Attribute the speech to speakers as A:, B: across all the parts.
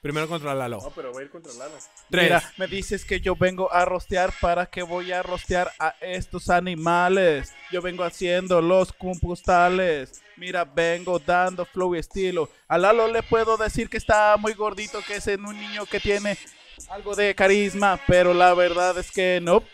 A: Primero contra Lalo.
B: No, pero voy a ir contra Lalo.
A: Tres.
C: Mira, me dices que yo vengo a rostear. ¿Para qué voy a rostear a estos animales? Yo vengo haciendo los compostales. Mira, vengo dando flow y estilo. A Lalo le puedo decir que está muy gordito, que es en un niño que tiene algo de carisma, pero la verdad es que no.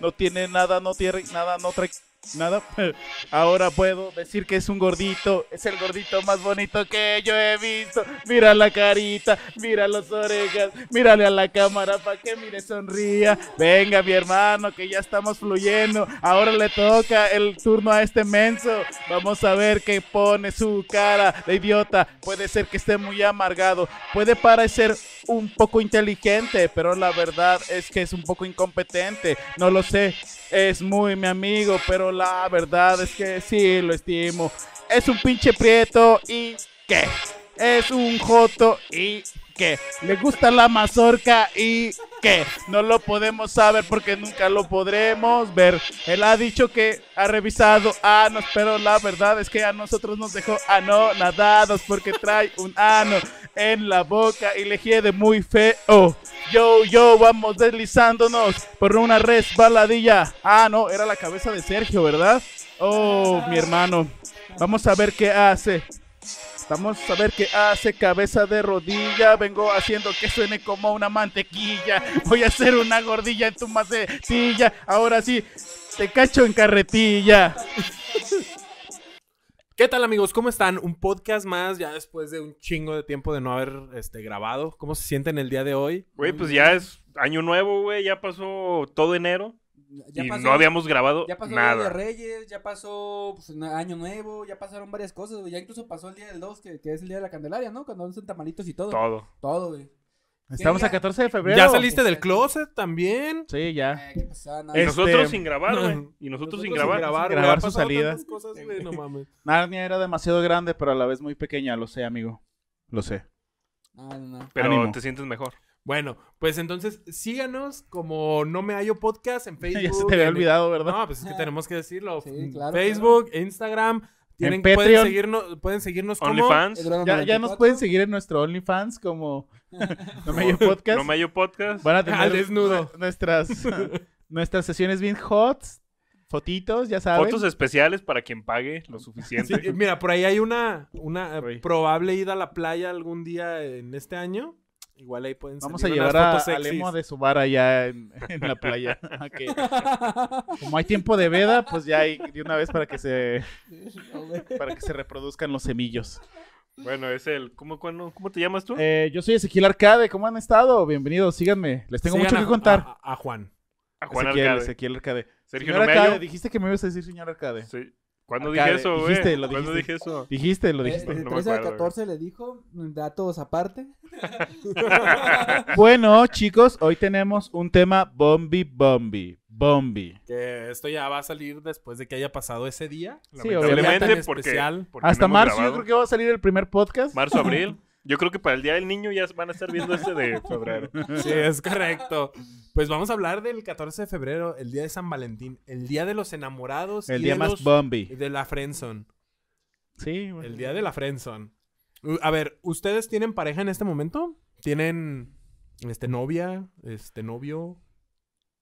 C: No tiene nada, no tiene nada, no trae nada. Ahora puedo decir que es un gordito. Es el gordito más bonito que yo he visto. Mira la carita, mira las orejas, mírale a la cámara para que mire sonría. Venga, mi hermano, que ya estamos fluyendo. Ahora le toca el turno a este menso. Vamos a ver qué pone su cara de idiota. Puede ser que esté muy amargado. Puede parecer un poco inteligente, pero la verdad es que es un poco incompetente. No lo sé. Es muy mi amigo, pero la verdad es que sí, lo estimo. Es un pinche prieto y qué. Es un joto y qué. Le gusta la mazorca y qué. No lo podemos saber porque nunca lo podremos ver. Él ha dicho que ha revisado anos, pero la verdad es que a nosotros nos dejó anonadados porque trae un ano en la boca y le hiede muy feo. Yo, yo, vamos deslizándonos por una resbaladilla. Ah, no, era la cabeza de Sergio, ¿verdad? Oh, mi hermano. Vamos a ver qué hace. Vamos a ver qué hace cabeza de rodilla. Vengo haciendo que suene como una mantequilla. Voy a hacer una gordilla en tu macetilla. Ahora sí, te cacho en carretilla.
A: ¿Qué tal amigos? ¿Cómo están? Un podcast más ya después de un chingo de tiempo de no haber este, grabado. ¿Cómo se sienten el día de hoy?
B: Güey, pues ya es año nuevo, güey. Ya pasó todo enero.
D: Ya
B: y
D: pasó,
B: no habíamos grabado
D: ya pasó el Día de
B: nada.
D: Reyes, ya pasó pues, un Año Nuevo, ya pasaron varias cosas, güey. Ya incluso pasó el día del 2, que, que es el día de la Candelaria, ¿no? Cuando hacen tamalitos y todo.
B: Todo.
D: Todo, güey.
C: Estamos a 14 de febrero.
A: ¿Ya saliste del closet también?
C: Sí, ya.
D: Eh, ¿Qué pasaba? Nada.
B: Y
C: Este-
B: nosotros sin grabar,
A: No.
B: güey. Y nosotros, sin grabar.
A: güey.
C: grabar
A: Ha
C: su
A: pasado
C: salida.
A: tantas cosas, güey, no mames.
C: Narnia era demasiado grande, pero a la vez muy pequeña. Lo sé, amigo. Lo sé.
D: No, no, no.
B: Pero
C: Ánimo.
B: te sientes mejor.
A: Bueno, pues entonces síganos como No Me Hallo Podcast en Facebook.
C: ya se te había
A: en-
C: olvidado, ¿verdad?
A: No, pues es que tenemos que decirlo.
C: Mm,
D: Sí, claro,
A: Facebook, Instagram. Tienen,
C: En
A: pueden,
C: Patreon.
A: seguirnos, pueden seguirnos como...
B: OnlyFans.
D: Eduardo
C: Ya, ya nos
D: 94.
C: pueden seguir en nuestro OnlyFans como No Me Hallo Podcast.
B: No me hallo podcast.
C: Van a
A: Al
C: tener
A: desnudo.
C: nue- nuestras, nuestras sesiones bien hot, fotitos, ya saben.
B: Fotos especiales para quien pague lo
A: Sí,
B: suficiente.
A: eh, mira, por ahí hay una, una eh,
B: Güey.
A: probable ida a la playa algún día en este año. Igual ahí pueden
C: Vamos a
A: salir
C: llevar
A: unas
C: a,
A: fotos
C: a
A: sexys.
C: Lemo de su bar allá en, en la playa. a que- como hay tiempo de veda, pues ya hay de una vez para que se,
D: No, güey.
C: para que se reproduzcan los semillos.
B: Bueno, es el. ¿Cómo, cuándo- cómo te llamas tú?
C: Eh, yo soy Ezequiel Arcade, ¿cómo han estado? Bienvenidos, síganme. Les tengo
A: Sigan
C: mucho
A: a-
C: que contar.
A: A, a Juan.
B: a Ah, Juan
C: Ezequiel,
B: Arcade.
C: Ezequiel Arcade.
B: Sergio,
C: Señor
B: no me
C: Arcade,
B: hallo.
C: dijiste que me ibas a decir señor Arcade.
B: Sí. ¿Cuándo
C: Arcade,
B: dije eso, güey?
C: dijiste, lo
B: ¿Cuándo
C: dijiste.
B: dije eso?
C: Dijiste, lo
D: Eh,
C: dijiste.
D: De
B: No me
D: 13 a
B: acuerdo,
D: 14 le dijo, datos aparte.
C: Bueno, chicos, hoy tenemos un tema bombi bombi. Bombi.
A: Que esto ya va a salir después de que haya pasado ese día.
C: Sí,
A: Lamentablemente,
B: Lamentablemente,
A: tan
B: porque,
A: especial.
B: porque
C: Hasta
B: no hemos
C: marzo yo
B: grabado.
C: creo que va a salir el primer podcast.
B: Marzo, abril. Yo creo que para el Día del Niño ya van a estar viendo este de febrero.
A: Sí, es correcto. Pues vamos a hablar del 14 de febrero, el día de San Valentín, el día de los enamorados.
C: el
A: y
C: día
A: de
C: más
A: los-
C: bombi.
A: De la Friendzone.
C: Sí,
A: El día de la Friendzone. U- A ver, ¿ustedes tienen pareja en este momento? ¿Tienen este novia? ¿Este novio?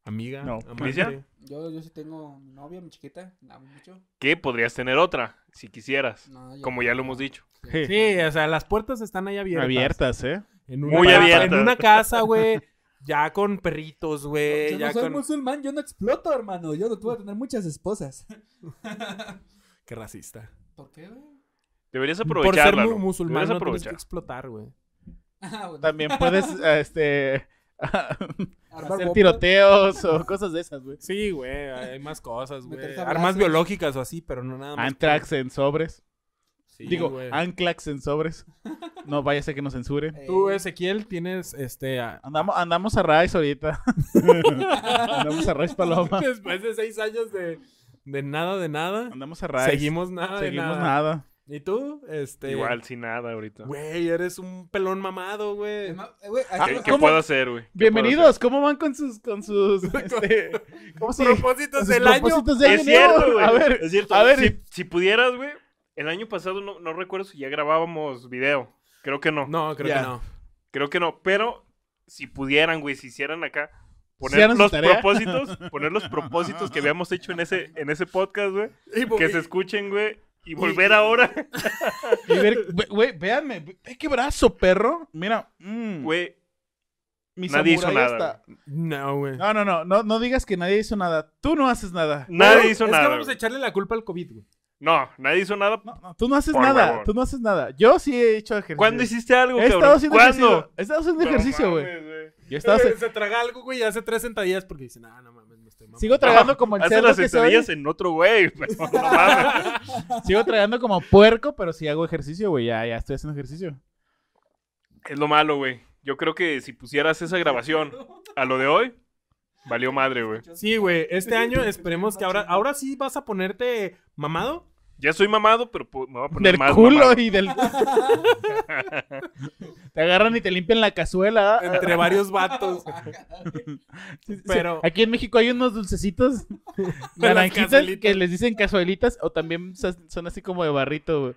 A: ¿Amiga?
C: No.
A: amante?
B: ¿Alicia?
D: Yo, yo sí tengo mi novia, mi chiquita. La amo mucho.
B: Que podrías tener otra, si quisieras.
D: No,
B: Como ya lo hemos dicho.
C: Sí.
A: Sí, o sea, las puertas están ahí abiertas.
C: Abiertas, ¿eh?
A: En
B: Muy
A: casa-
B: abiertas.
A: En una casa, güey. Ya con perritos, güey.
B: eh,
D: yo
A: ya
D: no soy
A: con...
D: musulmán, yo no exploto, hermano. Yo no tuve que tener muchas esposas.
A: Qué racista.
D: ¿Por qué, güey?
B: Deberías
A: Por ser
B: aprovecharla.
A: mu- musulmán no
B: Deberías
A: tienes que
B: aprovechar.
A: explotar, güey.
D: Ah, bueno.
C: También puedes, este, hacer
D: Armar bombas.
C: tiroteos o cosas de esas, güey.
A: Sí, güey. Hay más cosas, güey.
D: Meterse a
A: Armas
D: balazos.
A: biológicas o así, pero no nada más.
C: Antrax en sobres.
A: Sí,
C: Ah, Digo,
A: güey.
C: Anclax en sobres. No vaya a ser que nos censuren.
D: Eh,
A: Tú, Ezequiel, tienes este... a-
C: Andamos, andamos a Rice ahorita. andamos a Rice Paloma.
A: Después de seis años de, de nada, de nada.
C: Andamos a Rice.
A: Seguimos nada. de
C: Seguimos
A: nada.
C: nada.
A: ¿Y tú? Este,
B: Igual, sin nada ahorita.
A: Güey, eres un pelón mamado, güey.
D: es más- eh, güey,
B: ¿Qué,
D: aquí-
B: qué
C: ¿cómo?
B: puedo hacer, güey? ¿Qué
C: Bienvenidos, ¿cómo van con sus, con sus, este, ¿cómo se
A: Propósitos
C: sus
A: del año.
C: propósitos de
B: puedo hacer?
C: año
B: Es cierto,
C: nuevo?
B: güey.
C: A ver,
B: es cierto.
C: a ver.
B: Si, si pudieras, güey. El año pasado no, no recuerdo si ya grabábamos video. Creo que no.
A: No, creo
C: Ya.
A: que no.
B: Creo que no, pero si pudieran, güey, si hicieran acá, poner
C: ¿Hicieran su
B: los
C: tarea?
B: propósitos, poner los propósitos que habíamos hecho en ese, en ese podcast, güey, que se escuchen, güey, y volver ahora,
C: Y ver- ve- Güey, véanme. Ve ve qué brazo, perro. Mira. mm,
B: güey.
C: mi
B: nadie hizo
C: samurái
B: nada,
C: está-
A: No, güey.
C: No, no, no, no. No digas que nadie hizo nada. Tú no haces nada.
B: Nadie
A: Pero
B: hizo
A: es
B: nada.
A: que vamos a
B: güey.
A: echarle la culpa al COVID, güey.
B: No, nadie hizo nada.
C: No, no, tú no haces
B: Por
C: nada.
B: huevón.
C: Tú no haces nada. Yo sí he hecho ejercicio.
B: ¿Cuándo hiciste algo,
C: He estado
B: cabrón?
C: haciendo
B: ¿Cuándo?
C: ejercicio. He estado haciendo
B: No
C: ejercicio, güey.
B: mames,
C: Yo he estado haciendo-
A: Se traga algo, güey, y hace tres sentadillas porque dice, ah, no mames, me estoy mamando.
C: Sigo tragando como el
B: Hace
C: cerdo
B: las eh.
C: que soy.
B: sentadillas en otro güey, pero no mames.
C: Sigo tragando como puerco, pero sí hago ejercicio, güey. Ya, ya estoy haciendo ejercicio.
B: Es lo malo, güey. Yo creo que si pusieras esa grabación a lo de hoy, valió madre, güey.
A: Sí, güey, este año esperemos que ahora, ahora sí vas a ponerte mamado.
B: Ya soy mamado, pero pu- me voy a poner
C: Del
B: más
C: culo
B: mamado.
C: y del. te agarran y te limpian la cazuela. ¿ah?
A: Entre varios vatos.
C: Sí, sí.
A: pero-
C: Aquí en México hay unos dulcecitos naranjitas
A: cazuelitas.
C: que les dicen cazuelitas o también sa- son así como de barrito, güey.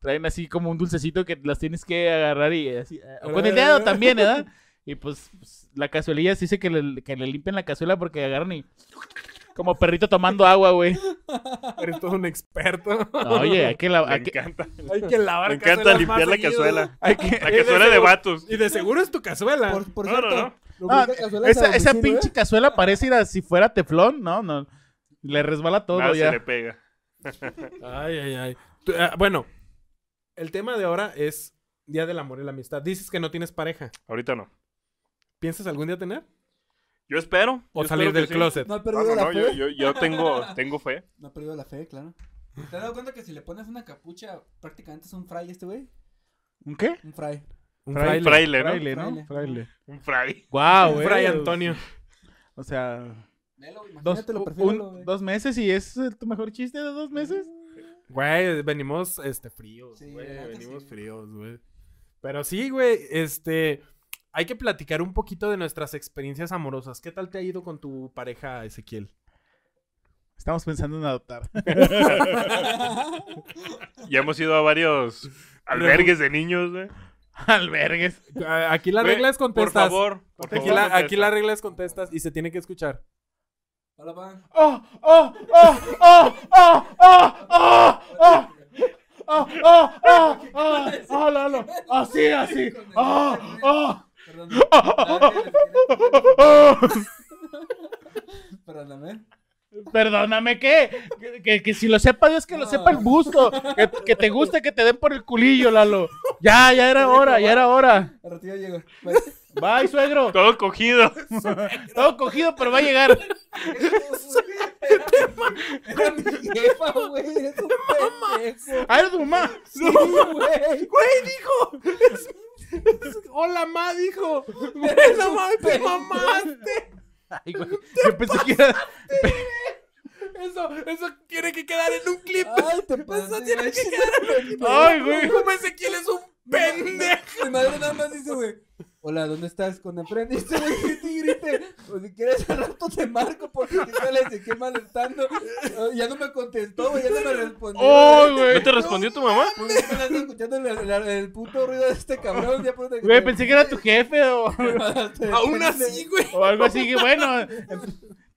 C: Traen así como un dulcecito que las tienes que agarrar y así. eh, o con el dedo también, ¿verdad? Y pues, pues, la cazuelilla se dice que le, que le limpian la cazuela porque agarran y. Como perrito tomando agua, güey.
A: Eres todo un experto.
C: No, oye, hay que, la-
B: Me
C: hay que-
B: encanta.
A: Hay que lavar
B: Me encanta
A: cazuelas
B: limpiar
A: más
B: la
A: seguido.
B: cazuela.
C: hay que-
B: La cazuela de vatos.
A: Y de seguro es tu cazuela.
D: Por, por
B: No, no,
D: cierto,
B: no.
C: Ah,
D: rubrica cazuelas a
C: esa, esa
D: domicilio,
C: pinche
D: ¿eh?
C: cazuela parece ir a si fuera teflón, no, no. Le resbala todo
B: Nada
C: ya.
B: se le pega.
A: Ay, ay, ay. Tú, ah, bueno, el tema de ahora es Día del Amor y la Amistad. Dices que no tienes pareja.
B: Ahorita no.
A: ¿Piensas algún día tener?
B: Yo espero.
A: ¿O
B: yo
A: salir
B: espero que
A: del
B: sí.
A: closet?
D: No ha
B: No,
D: perdido
B: no,
D: la
B: no,
D: fe.
B: yo, yo, yo tengo, tengo fe.
D: No ha perdido la fe, claro. ¿Te has dado cuenta que si le pones una capucha, prácticamente es un fray este güey?
C: ¿Un qué?
D: Un fray.
A: Un Ah,
C: Fraile.
B: Un fraile, ¿no?
C: Fraile, ¿no?
D: Fraile.
C: Fraile.
B: Un fraile.
C: Guau, güey.
A: Fray Antonio.
C: O sea,
D: Velo,
C: dos,
D: imagínatelo,
C: un-
D: perfílalo, güey.
C: dos meses y es eh, tu mejor chiste de dos meses.
D: Mm.
A: Güey, venimos este, fríos,
D: Sí,
A: güey.
D: la neta
A: venimos
D: sí.
A: fríos, güey. Pero sí, güey, este. Hay que platicar un poquito de nuestras experiencias amorosas. ¿Qué tal te ha ido con tu pareja, Ezequiel?
C: Estamos pensando en adoptar.
B: Ya hemos ido a varios albergues de niños, güey.
C: Albergues.
A: Ah, Aquí la
B: Güey,
A: regla es
B: Por
A: contestas.
B: favor, por
A: Aquí
B: favor.
A: la, aquí la
B: contesta.
A: regla es contestas y se tiene que escuchar.
D: Hola, pa.
C: ¡Oh, oh, oh, oh, oh, oh, oh, oh! ¡Oh, oh, oh, oh! ¡Oh, Lalo! ¡Así, así! ¡Oh, oh!
D: Perdón.
C: oh.
D: Perdóname.
C: Perdóname, ¿qué? Que, que- que si lo sepa Dios, que lo
D: No.
C: sepa el gusto. Que, que te guste que te den por el culillo, Lalo. Ya, ya era hora, ya era hora.
D: Al ratito llego.
C: Bye, suegro.
B: Todo cogido.
C: Todo cogido, pero va a llegar.
D: Era mi jefa, güey. Es un pendejo.
C: A ver, tu mamá.
D: Sí, güey.
A: ¡Hola, ma! Dijo.
D: Eres
A: ¡No
D: un
A: mames, te
D: pendejo.
A: mamaste!
C: Ay, güey, Yo pensé que era.
A: Eso, eso tiene que quedar en un clip.
D: Ay, te pasaste.
A: tiene
D: güey.
A: que
C: Ay, güey.
A: Como Ezequiel es un pendejo.
D: Mi madre nada más dice, güey. Hola, ¿dónde estás? Cuando aprendiste, güey, grite y grite. O si quieres al rato te marco porque sales de qué mal estando. Ay, Ya no me contestó, güey, ya no me respondió.
C: ¡Oh,
B: ¿No
C: güey!
B: te respondió tu mamá?
D: Pues, yo apenas ando escuchando el, el, el puto ruido de este cabrón. Ya por
C: Güey, pensé que era tu jefe o,
A: Aún así, güey.
C: o algo así. que Bueno,
D: Es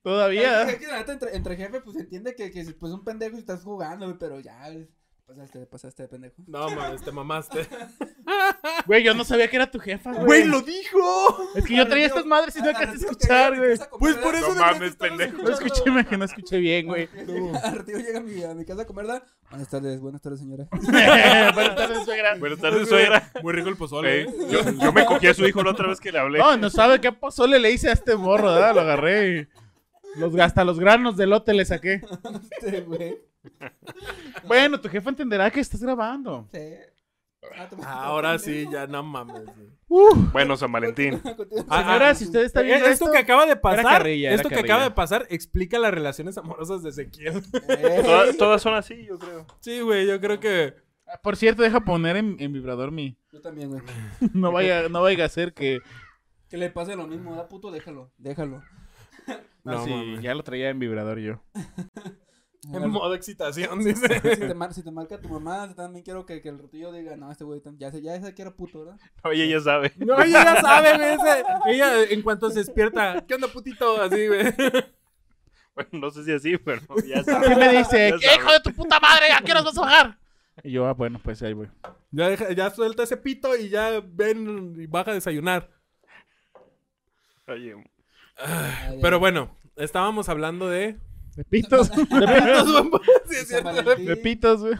C: todavía.
D: que la neta, entre, entre jefe, pues entiende que, que pues, un pendejo y estás jugando, güey, pero ya. güey, Pasaste, pasaste de pendejo.
A: No mames, te mamaste.
C: Güey, yo no sabía que era tu jefa,
A: ¡Güey,
C: güey.
A: lo dijo!
C: Es que yo traía estas madres
D: Ah,
C: y no alcancé a escuchar, güey.
A: Pues por eso
B: No
A: deberías
B: mames,
A: estarlo
B: pendejo.
C: No escuché, me- no escuché bien, güey.
D: Al tío llega a mi, a mi casa a comerla. Buenas tardes, buenas tardes, señora.
C: Buenas tardes, suegra.
B: Buenas tardes, suegra.
A: Muy rico el pozole.
B: Güey,
A: ¿eh?
B: yo, yo me cogí a su hijo la otra vez que le hablé.
C: No, no sabe qué pozole le hice a este morro, ¿verdad? Lo agarré y los, hasta los granos de lote le saqué.
D: Este, güey.
C: Bueno, tu jefa entenderá que estás grabando.
D: Sí. Ah, te-
A: Ahora sí, ya no mames. güey.
C: Uh,
B: Bueno, San Valentín.
D: Continúa.
A: Ah,
C: señora,
A: ah,
C: si usted está viendo
A: Eh, Esto
C: esto,
A: que acaba de pasar,
C: carrilla, era
A: esto que
C: carrilla.
A: acaba de pasar explica las relaciones amorosas de Ezequiel.
D: Ey.
A: Ah.
B: Todas, todas son así, yo creo.
A: Sí, güey, yo creo que
C: Ah, por cierto, deja poner en, en vibrador mi.
D: Yo también, güey.
C: No vaya, no vaya a ser que.
D: Que le pase lo mismo,
A: Em,
D: da puto, déjalo, déjalo.
A: No,
C: No,
A: mames.
C: ya lo traía en vibrador yo.
A: En modo excitación, dice.
D: Si te, mar- si te marca tu mamá, también quiero que, que el rotillo diga, no, este güey, tan- ya, se- ya sé que era puto, ¿verdad?
B: Oye, ella sabe.
A: No, ella ya sabe, güey. ese- Ella, en cuanto se despierta, ¿qué onda, putito? Así, güey.
B: Bueno, no sé si así, pero ya sabe.
C: Y me dice,
B: Ya
C: "¿Qué, hijo
B: sabe.
C: de tu puta madre? ¿A qué nos vas a bajar? Y yo, ah, bueno, pues ahí voy.
A: Ya, deja- ya suelta ese pito y ya ven y baja a desayunar.
B: Oye,
D: Ay,
A: Pero
D: ay.
A: bueno, estábamos hablando de.
C: De pitos, de pitos, güey.
A: Sí, es
D: San
A: cierto.
D: Valentín.
C: De pitos, güey.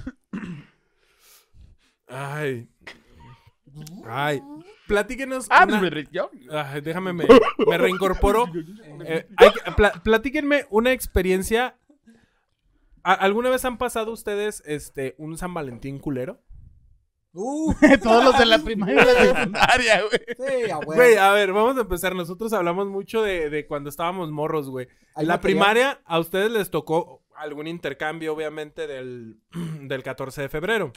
A: Ay. Ay. Platíquenos.
C: Ah,
A: una-
C: pues, yo-
A: Ay, déjame, me, me reincorporo. Eh, hay que- pla- platíquenme una experiencia. ¿A- ¿Alguna vez han pasado ustedes este un San Valentín culero?
D: Uh,
C: Todos los de la primaria y la secundaria, güey.
D: sí, a huevo.
A: Güey, a ver, vamos a empezar. Nosotros hablamos mucho de, de cuando estábamos morros, güey.
D: Ahí
A: La
D: batallamos.
A: primaria, a ustedes les tocó algún intercambio, obviamente, del, del 14 de febrero,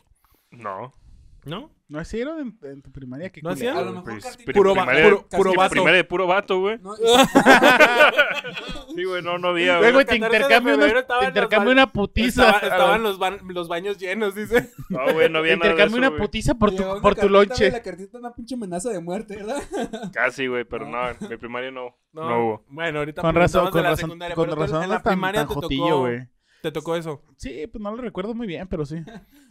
B: no.
A: ¿no?
C: ¿No hicieron en, en tu primaria? ¿Qué
A: ¿No
C: culero.
A: hacían?
D: A lo mejor
B: Pues,
D: Cartita-
B: pri-
A: Puro va-
B: primaria,
A: puro- puro
B: sí,
A: vato.
B: primaria de puro vato, güey.
D: No, y-
B: Sí, güey, no, no había,
C: Luego
A: güey.
B: güey.
C: te
A: 14 de
C: intercambio, unos-
A: febrero estaba
C: te
A: en los
C: intercambio
A: ba-
C: una putiza.
A: Estaba- estaban los, ba- los baños llenos, dice.
B: No, güey, no había nada de
C: intercambio
B: eso,
C: una
B: güey.
C: putiza por
D: Llegó una
C: tu, por tu
D: cartita, güey,
C: lonche.
D: La cartita una pinche amenaza de muerte, ¿verdad?
B: Casi, güey, pero no, en mi primaria no. No, hubo.
A: Bueno, ahorita
C: Con razón,
A: preguntamos de
C: con
A: la
C: razón,
A: secundaria,
C: con
A: pero tú
C: razón
A: en
C: no
A: la
C: tan,
A: primaria
C: tan
A: te
C: jotillo,
A: tocó-
C: güey.
A: Te tocó eso.
C: Sí, pues no lo recuerdo muy bien, pero sí.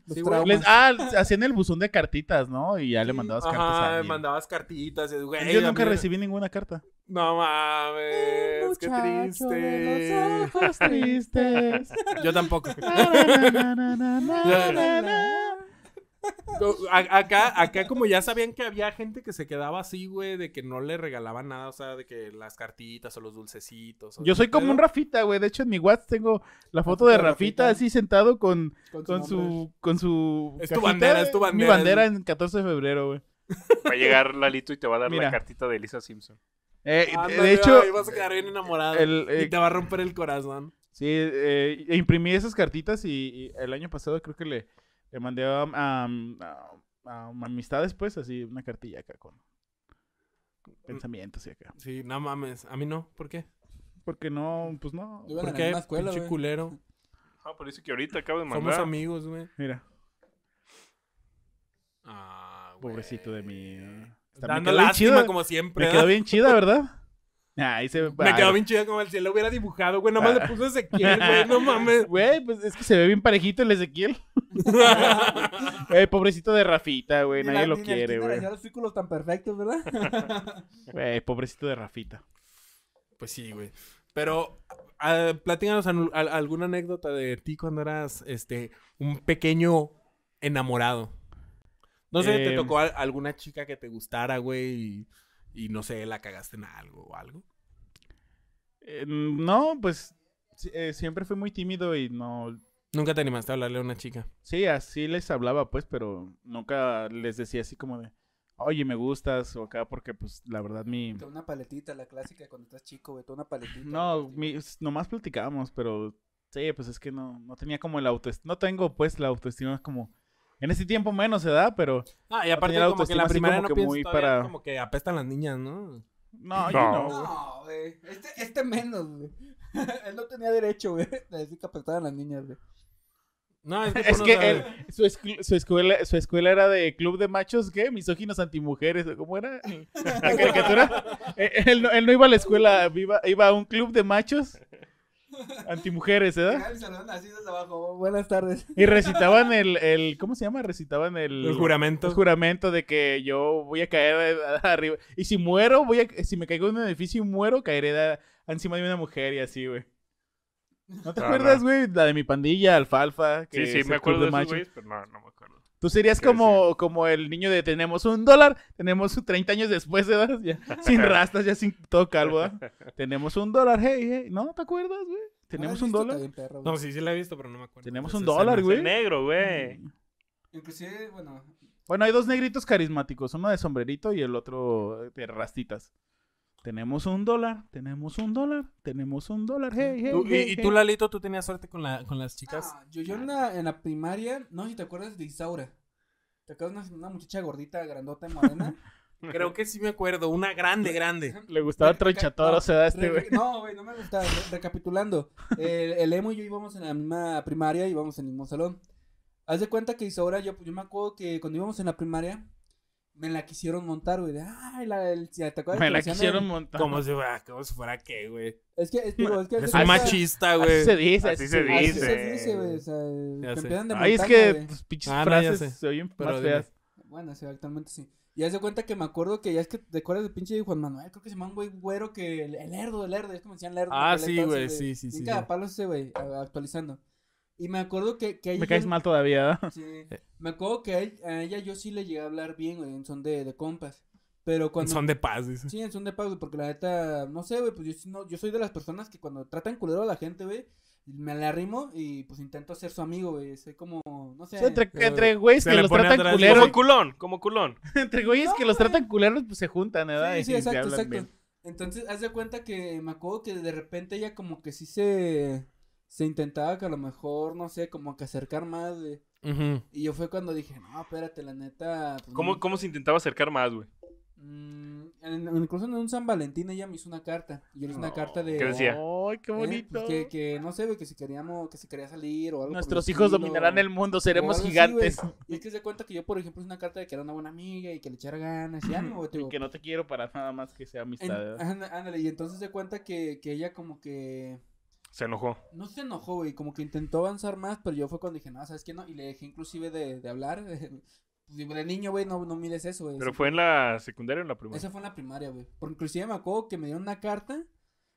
D: Los
A: Sí, güey.
D: traumas.
C: Les, ah, hacían el buzón de cartitas, ¿no? Y ya le
D: Sí.
C: mandabas cartas a
A: Ajá,
C: alguien.
A: mandabas cartillitas. y, güey,
C: Yo
A: a
C: nunca
A: mí-
C: recibí ninguna carta.
A: No mames, qué
D: Muchacho de
A: triste.
D: los ojos.
C: Ojos tristes.
A: Yo tampoco.
C: Na, na, na, na, na, na.
A: Yo- a- acá, acá como ya sabían que había gente que se quedaba así, güey, de que no le regalaban nada, o sea, de que las cartitas o los dulcecitos. o
C: Yo
A: ese
C: soy como
A: pedo.
C: un Rafita, güey. De hecho, en mi WhatsApp tengo la foto de Rafita así sentado con, con
D: nombre.
C: su... Con su
A: Es tu bandera, es tu
C: Mi
A: bandera.
C: bandera en 14 de febrero, güey.
B: Va a llegar Lalito y te va a dar
C: Mira.
B: la cartita de Elisa Simpson.
C: Eh, de-
A: Ándale,
C: de hecho,
A: ay, vas a quedar bien enamorado.
C: el, eh,
A: y te va a romper el corazón.
C: sí, eh, imprimí esas cartitas y, y el año pasado creo que le, le mandé a, a- a- a amistades, pues, así una cartilla acá con pensamientos y acá.
A: Sí, no mames. A mí no. ¿Por qué?
C: Porque no, pues no.
D: Yo iba en
A: ¿Por
D: la
A: qué?
D: misma escuela,
A: Pinche
D: güey.
A: culero.
B: Ah, por eso que ahorita acabo de
A: Somos
B: mandar.
A: amigos, güey.
C: Mira,
A: Ah, güey.
C: pobrecito de mí. Está- me
A: Dando
C: quedó bien
A: lástima
C: chida,
A: como siempre.
C: Me
A: ¿verdad?
C: quedó bien chida, ¿verdad? Ahí se
A: Me quedó bien chida como el cielo hubiera dibujado, güey. Nomás
C: Ah.
A: le puso Ezequiel, güey. No mames.
C: Güey, pues es que se ve bien parejito el Ezequiel. Güey, pobrecito de Rafita, güey.
D: Ni la-
C: Nadie lo
D: ni en el
C: quiere,
D: kinder
C: güey.
D: hacía los círculos tan perfectos, ¿verdad?
C: Güey, pobrecito de Rafita.
A: Pues sí, güey. Pero ah, platícanos anu- al- alguna anécdota de ti cuando eras este un pequeño enamorado. No sé, ¿te
C: Eh,
A: tocó al- alguna chica que te gustara, güey? Y, y no sé, la cagaste en algo o algo.
C: Eh, no, pues sí, eh, siempre fui muy tímido y no.
A: Nunca te animaste a hablarle a una chica.
C: Sí, así les hablaba, pues, pero nunca les decía así como de, oye, me gustas o acá, porque, pues, la verdad, mi.
D: Con una paletita, la clásica cuando estás chico, güey. Toda una paletita.
C: No,
D: güey.
C: mi- nomás platicábamos, pero sí, pues es que no, no tenía como el autoestima. No tengo, pues, la autoestima como. En ese tiempo menos se da, pero.
A: Ah, y
C: No
A: aparte
C: tenía la
A: como que en
C: autoestima
A: la
C: así
A: primera
C: como
A: no
C: que
A: piensas
C: muy
A: todavía,
C: para-
A: como que apestan las niñas, ¿no?
C: No, yo
B: No.
C: no, güey.
D: No, güey. Este, este menos, güey. Él no tenía derecho, güey. De decir que apretaban las niñas, güey.
A: No, es que, tú
C: Es
A: no
C: que
A: sabes.
C: él- su, escu- su escuela, su escuela era de club de machos, ¿qué? Misóginos antimujeres, ¿o ¿cómo era? La caricatura. Eh, Él no, él no iba a la escuela, iba, iba a un club de machos antimujeres, ¿verdad?
D: Llegaban y saludaban así desde abajo. Buenas tardes.
C: Y recitaban el, el- ¿cómo se llama? Recitaban el,
A: el juramento.
C: el juramento de que yo voy a caer a- a- arriba. Y si muero, voy a, si me caigo en un edificio y muero, caeré de- encima de una mujer y así, güey. ¿No te
B: Ah,
C: acuerdas,
B: no.
C: güey? La de mi pandilla, Alfalfa. que
B: Sí, sí,
C: es
B: me
C: el club
B: acuerdo eh, de esos
C: machos.
B: güeyes, pero no, no me acuerdo.
C: Tú serías
B: ¿Qué decía?
C: como, como el niño de tenemos un dólar, tenemos un 30 años después, ¿verdad? Ya, sin rastas, ya sin todo calvo, ¿verdad? Tenemos un dólar, hey, hey. ¿No te acuerdas, güey? Tenemos
D: Ah,
C: un
D: esto
C: dólar.
D: está bien perro, güey.
A: No, sí, sí la he visto, pero no me acuerdo.
C: Tenemos
A: de
C: un
A: esa
C: dólar,
A: escena.
B: Es
C: güey.
B: negro, güey.
D: Inclusive, bueno.
C: Bueno, hay dos negritos carismáticos, uno de sombrerito y el otro de rastitas. Tenemos un dólar, tenemos un dólar, tenemos un dólar, hey, hey.
A: Tú- y,
C: hey,
A: y
C: hey.
A: tú, Lalito, tú tenías suerte con, la, con las chicas.
D: ah, yo yo en, la, en la primaria, no, si te acuerdas de Isaura. ¿Te acuerdas de una, una muchacha gordita, grandota, morena?
A: Creo que sí me acuerdo. Una grande, grande.
C: Le gustaba
D: Re- reca-
C: tronchatora,
D: no,
C: se da este,
D: re-
C: güey.
D: No, güey, no me gustaba. Re- Recapitulando, el, el emo y yo íbamos en la misma primaria, íbamos en el mismo salón. Haz de cuenta que Isaura, yo, yo me acuerdo que cuando íbamos en la primaria, me la quisieron montar, güey. de, Ay, la, el, si- ¿te acuerdas
C: Me
D: que
C: la
D: decían
C: quisieron
D: el-
C: montar.
A: Como si fuera, como si fuera qué, güey.
D: Es que, es, digo, es que.
A: Es
D: haz de
A: un
D: cuenta-
A: machista,
C: Así
A: güey.
C: se dice.
B: Así se
D: Así
B: dice.
D: se dice, güey. O sea,
A: Ya
D: te
A: sé.
D: empiezan de
C: Ay, es
D: montar,
C: que
D: güey.
C: tus pinches
A: Ah, no, ya
C: frases
A: sé.
C: se oyen
A: Pero
C: más
A: dime.
C: feas.
D: Bueno, sí, actualmente sí. Y haz de cuenta que me acuerdo que ya es que te acuerdas del pinche Juan Manuel, creo que se llamaba un güey güero que el, el Erdo, el Erdo, es como decían Lerdo.
A: Ah,
D: en aquel
A: sí, güey,
D: entonces,
A: sí, sí,
D: Bien
A: sí,
D: cada
A: sí.
D: palo ese güey, a- actualizando. Y me acuerdo que, que a ella
C: Me caes
D: yo-
C: mal todavía. ¿no?
D: sí,
A: Eh.
D: me acuerdo que a él- a ella yo sí le llegué a hablar bien, güey, en son de, de compas. Pero cuando.
A: Son de paz, dice.
D: Sí, en son de paz, güey, porque la neta, no sé, güey, pues yo, sí no, yo soy de las personas que cuando tratan culero a la gente, güey, me la arrimo y pues intento ser su amigo, güey. Soy como, no sé.
C: Sí, entre, entre güeyes
A: se
C: que
A: le
C: los
A: pone
C: tratan
A: atrás,
C: culeros.
B: Como culón, como culón.
C: Entre güeyes que los tratan culeros, pues se juntan, ¿verdad?
D: Sí,
C: Y
D: sí,
C: se
D: exacto,
C: hablan
D: exacto.
C: bien.
D: Entonces, haz de cuenta que me acuerdo que de repente ella como que sí se, se intentaba que a lo mejor, no sé, como que acercar más, güey.
A: Ujú.
D: Y yo fue cuando dije, no, espérate, la neta. pues,
B: ¿Cómo,
D: no".
B: ¿Cómo se intentaba acercar más, güey?
D: Mm, en- incluso en un San Valentín ella me hizo una carta. Y yo le hice una carta de...
B: ¿Qué decía?
C: Ay, qué
D: eh,
C: bonito.
D: pues, que, que no sé, güey, que si queríamos, que si quería salir o algo. por el
C: Nuestros hijos
D: estilo.
C: dominarán el mundo, seremos
D: algo así,
C: gigantes.
D: Y es que se cuenta que yo, por ejemplo, hice una carta de que era una buena amiga y que le echara ganas y ánimo, güey. te
C: Y
D: digo,
C: que no te quiero para nada más que sea amistad. ¿eh?
D: en-
C: ¿verdad?
D: ándale, ándale, y entonces se cuenta que, que ella como que
B: Se enojó.
D: No se enojó, güey, como que intentó avanzar más, pero yo fue cuando dije, no, ¿sabes qué? No, y le dejé inclusive de, de hablar. Digo, de niño, güey, no, no mires eso, güey.
B: ¿Pero fue en la secundaria o en la primaria?
D: Esa fue en la primaria, güey. Porque inclusive me acuerdo que me dieron una carta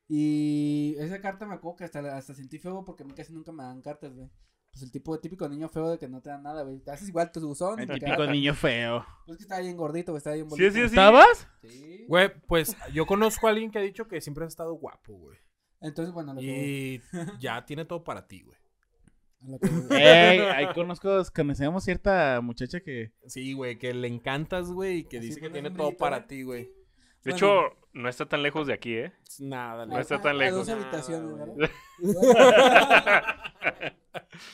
D: y esa carta me acuerdo que hasta, hasta sentí feo porque a mí casi nunca me dan cartas, güey. Pues el tipo típico niño feo de que no te dan nada, güey. Te haces igual tu buzón.
C: El
D: te
C: típico
D: cagas.
C: niño feo.
D: Pues que estaba bien gordito, güey, estaba bien
B: Sí, sí, sí.
C: ¿Estabas?
D: Sí.
A: Güey, pues yo conozco a alguien que ha dicho que siempre has estado guapo, güey.
D: Entonces, bueno, lo que... voy-
A: Y ya tiene todo para ti, güey.
D: a lo que voy, güey.
C: Ey, Eh, ahí conozco, conocemos cierta muchacha que
A: Sí, güey, que le encantas, güey, y que
D: Así
A: dice que
D: pones
A: tiene
D: un
A: todo
D: brillito,
A: para
D: ¿eh?
A: ti, güey.
B: De
D: Bueno.
B: hecho, no está tan lejos de aquí, ¿eh?
A: Nada,
B: No
A: güey.
B: está tan
D: A-
B: lejos.
D: A dos
A: Nada,
D: habitaciones,
A: güey.
D: ¿verdad?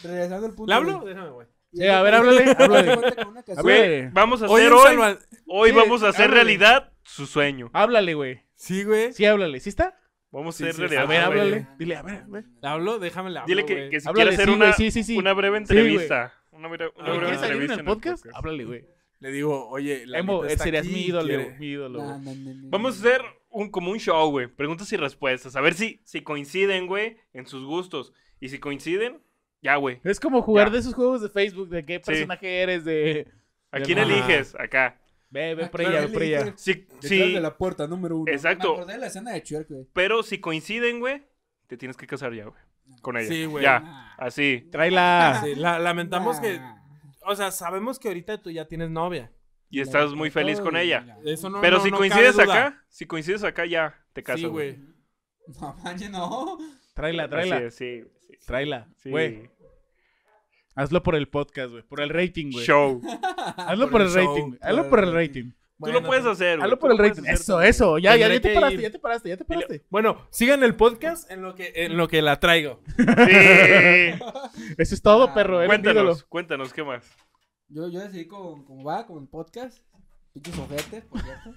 D: Regresando al punto.
A: ¿Le hablo?
D: güey.
A: Déjame, güey.
D: Y
C: Sí,
D: ella
C: a ver,
D: cuenta-
C: háblale,
D: ella
C: háblale.
D: cuenta con una canción.
C: Güey,
B: Vamos a
A: Oye,
B: hacer
A: un
B: hoy,
A: salva-
B: hoy
C: Sí,
B: vamos a hacer
C: háblale.
B: realidad su sueño.
C: Háblale, güey.
A: Sí, güey.
C: Sí, háblale. ¿Sí está?
B: Vamos
A: Sí,
B: a hacer
A: sí,
B: realidad.
A: a ver,
B: su sueño.
C: háblale. Dile, a ver, a ver.
A: ¿Le hablo? Déjame le hablo,
B: Dile que,
A: güey.
B: que si
C: Háblale,
B: quiere hacer
C: sí,
B: una,
C: güey, sí, sí, sí.
B: una breve
C: Sí, güey.
B: entrevista. una bre- una
A: Ah,
B: breve
C: ¿Quieres salir en
B: entrevista
C: el podcast?
B: podcast.
C: Háblale, güey.
A: Le digo, oye, la
C: Emo,
A: neta está
C: serías
A: aquí,
C: mi ídolo,
A: quiere-
C: güey, mi ídolo.
D: No,
C: güey.
D: no, no, no,
B: Vamos a
D: no.
B: hacer un, como un show, güey. Preguntas y respuestas. A ver si, si coinciden, güey, en sus gustos. Y si coinciden, ya, güey.
C: Es como jugar
B: Ya.
C: de esos juegos de Facebook, de qué personaje eres, de...
B: ¿A
C: de-
B: quién
C: Ajá.
B: eliges? Acá.
C: Ve, ve
D: Ah,
C: por ella,
D: claro,
C: ve por
D: le
C: ella.
D: dije,
B: Sí,
D: detrás
B: sí.
D: de la puerta número uno.
B: Exacto.
D: Me acordé de la escena de Chuerk, güey.
B: Pero si coinciden, güey, te tienes que casar ya, güey. Con ella.
A: Sí, güey.
B: Ya.
D: Nah,
B: Así.
C: Tráela.
A: Sí, la- lamentamos
D: nah.
A: que, o sea, sabemos que ahorita tú ya tienes novia.
B: Y estás muy feliz
D: Ay,
B: con ella.
D: mira.
A: Eso no
B: Pero
A: no-
B: si
A: no cabe
B: coincides
A: duda.
B: acá, si coincides acá, ya te casas.
A: Sí, güey.
D: No, manches, no.
C: Tráela,
B: Así
C: tráela.
B: es, Sí, sí,
C: Tráela.
B: sí.
C: Güey, hazlo por el podcast, güey. Por el rating, güey.
B: Show.
C: Hazlo
A: Por
C: por
A: el
C: el
A: show,
C: rating. güey.
A: por
C: Hazlo
A: el
C: por el
A: rating.
C: rating.
A: Bueno,
B: Tú lo puedes hacer, güey.
C: Hazlo
B: Tú
C: por el
B: lo puedes
C: rating.
B: hacer
C: Eso,
B: también.
C: eso. Ya, ya,
A: Tendré
C: ya te
A: que
C: paraste,
A: ir.
C: ya te paraste, ya te paraste.
A: Bueno, sigan el podcast en lo que, en lo que la traigo.
B: Sí.
C: Eso es todo,
D: Ah,
C: perro. Eres mi ídolo.
B: cuéntanos, cuéntanos, ¿qué más?
D: Yo, yo decidí con, como va, con el podcast. Pinches ojetes, por cierto.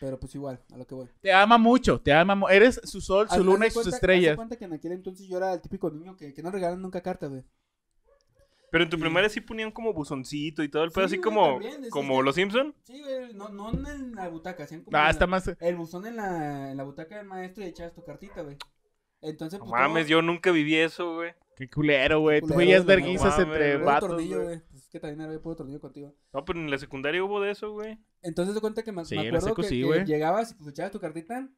D: Pero pues igual, a lo que voy.
C: Te ama mucho, te ama. mu- Eres su sol,
D: Haz-
C: su
D: haz
C: luna
D: de
C: y sus
D: cuenta- haz de
C: estrellas.
D: cuenta que en aquel entonces yo era el típico niño que, que no regalan nunca cartas, güey.
B: Pero en tu
D: Sí.
B: primaria sí ponían como buzoncito y todo el
D: Sí,
B: pedo, así
D: güey,
B: como,
D: también, es
B: como
D: que-
B: los Simpson.
D: Sí, güey, no, no en la butaca, hacían como.
C: Ah,
D: en
C: está
D: la-
C: más.
D: El buzón en la, en la butaca del maestro y echabas tu cartita, güey. Entonces,
B: No
D: pues.
B: mames, yo nunca viví eso, güey.
C: Qué culero, güey. Tú
D: culero,
C: veías
D: güey,
C: verguizas
B: no mames,
C: entre
B: güey.
C: vatos.
D: tornillo,
C: güey.
D: güey. Pues es que también era puro tornillo contigo.
B: No, pero en la secundaria hubo de eso, güey.
D: Entonces, te cuenta que me,
C: Sí,
D: me
C: la
D: acuerdo
C: secu
D: que,
C: sí,
D: que
C: güey.
D: llegabas y pues echabas tu cartita.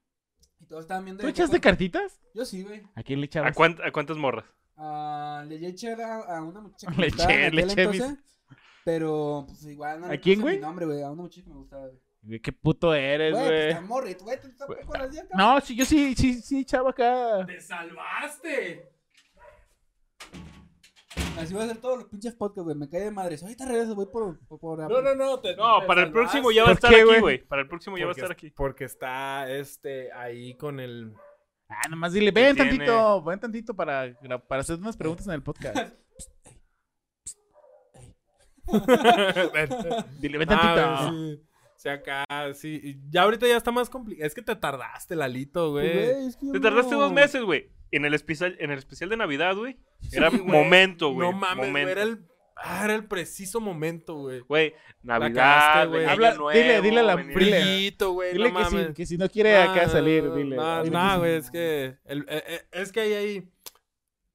D: Y todos estaban viendo.
C: ¿Tú
D: de qué
C: echaste
D: forma-
C: cartitas?
D: Yo sí, güey.
C: ¿A quién le
B: ¿A,
C: echabas?
B: cuán- a cuántas morras?
D: Ah, le llegué a echar a, a una muchacha que
C: Le
D: me gustaba
C: eché-
D: en
C: le
D: aquel
C: eché mis-
D: entonces, Pero, pues igual. No
C: ¿A
D: le
C: quién,
D: puse
C: güey?
D: Mi nombre, güey. A una muchacha que me gustaba, güey.
C: Güey, Qué puto eres,
D: Güey, pues
C: güey.
D: te morrito, güey. Tú tampoco las hacías, cabrón.
C: No, sí, yo sí, sí, sí, echaba acá.
A: ¡Te salvaste!
D: Así voy a hacer todos los pinches podcasts, güey. Me cae de madres. Ahorita regreso, voy por. por, por-
A: No, no, no. te-
B: No,
A: te
B: para el próximo
A: salvaste.
B: ya va a
C: ¿Por
B: estar
C: qué,
B: aquí,
C: güey?
B: güey. Para el próximo ya va a
A: Porque-
B: estar aquí.
A: Porque está este ahí con el.
C: Ah, nomás dile,
B: ¿Qué
C: ven
B: tiene?
C: tantito, ven tantito para, gra- para hacer unas preguntas en el podcast.
A: Ven.
C: Dile, ven
A: Ah,
C: tantito.
A: sí. sea, acá, sí. y Ya ahorita ya está más complicado. Es que te tardaste, Lalito,
D: Pues,
A: güey.
D: güey, es que yo
B: Te tardaste
D: no-
B: dos meses, güey. En el, especial, en el especial de Navidad, güey. Era
A: güey.
B: momento, güey.
A: No mames, güey,
B: momento.
A: Era el, ah, era el preciso momento, güey.
B: Güey,
A: cagaste, güey.
B: Navidad, güey.
C: Habla- dile, dile la-
B: venía-
C: dile.
A: Brillito, güey.
C: Dile
A: no
C: que,
A: mames.
C: si, que si no quiere acá
A: Ah,
C: salir, dile.
A: No,
C: Dile
A: no,
C: que-
A: güey, es que. el- eh, eh, es que ahí hay,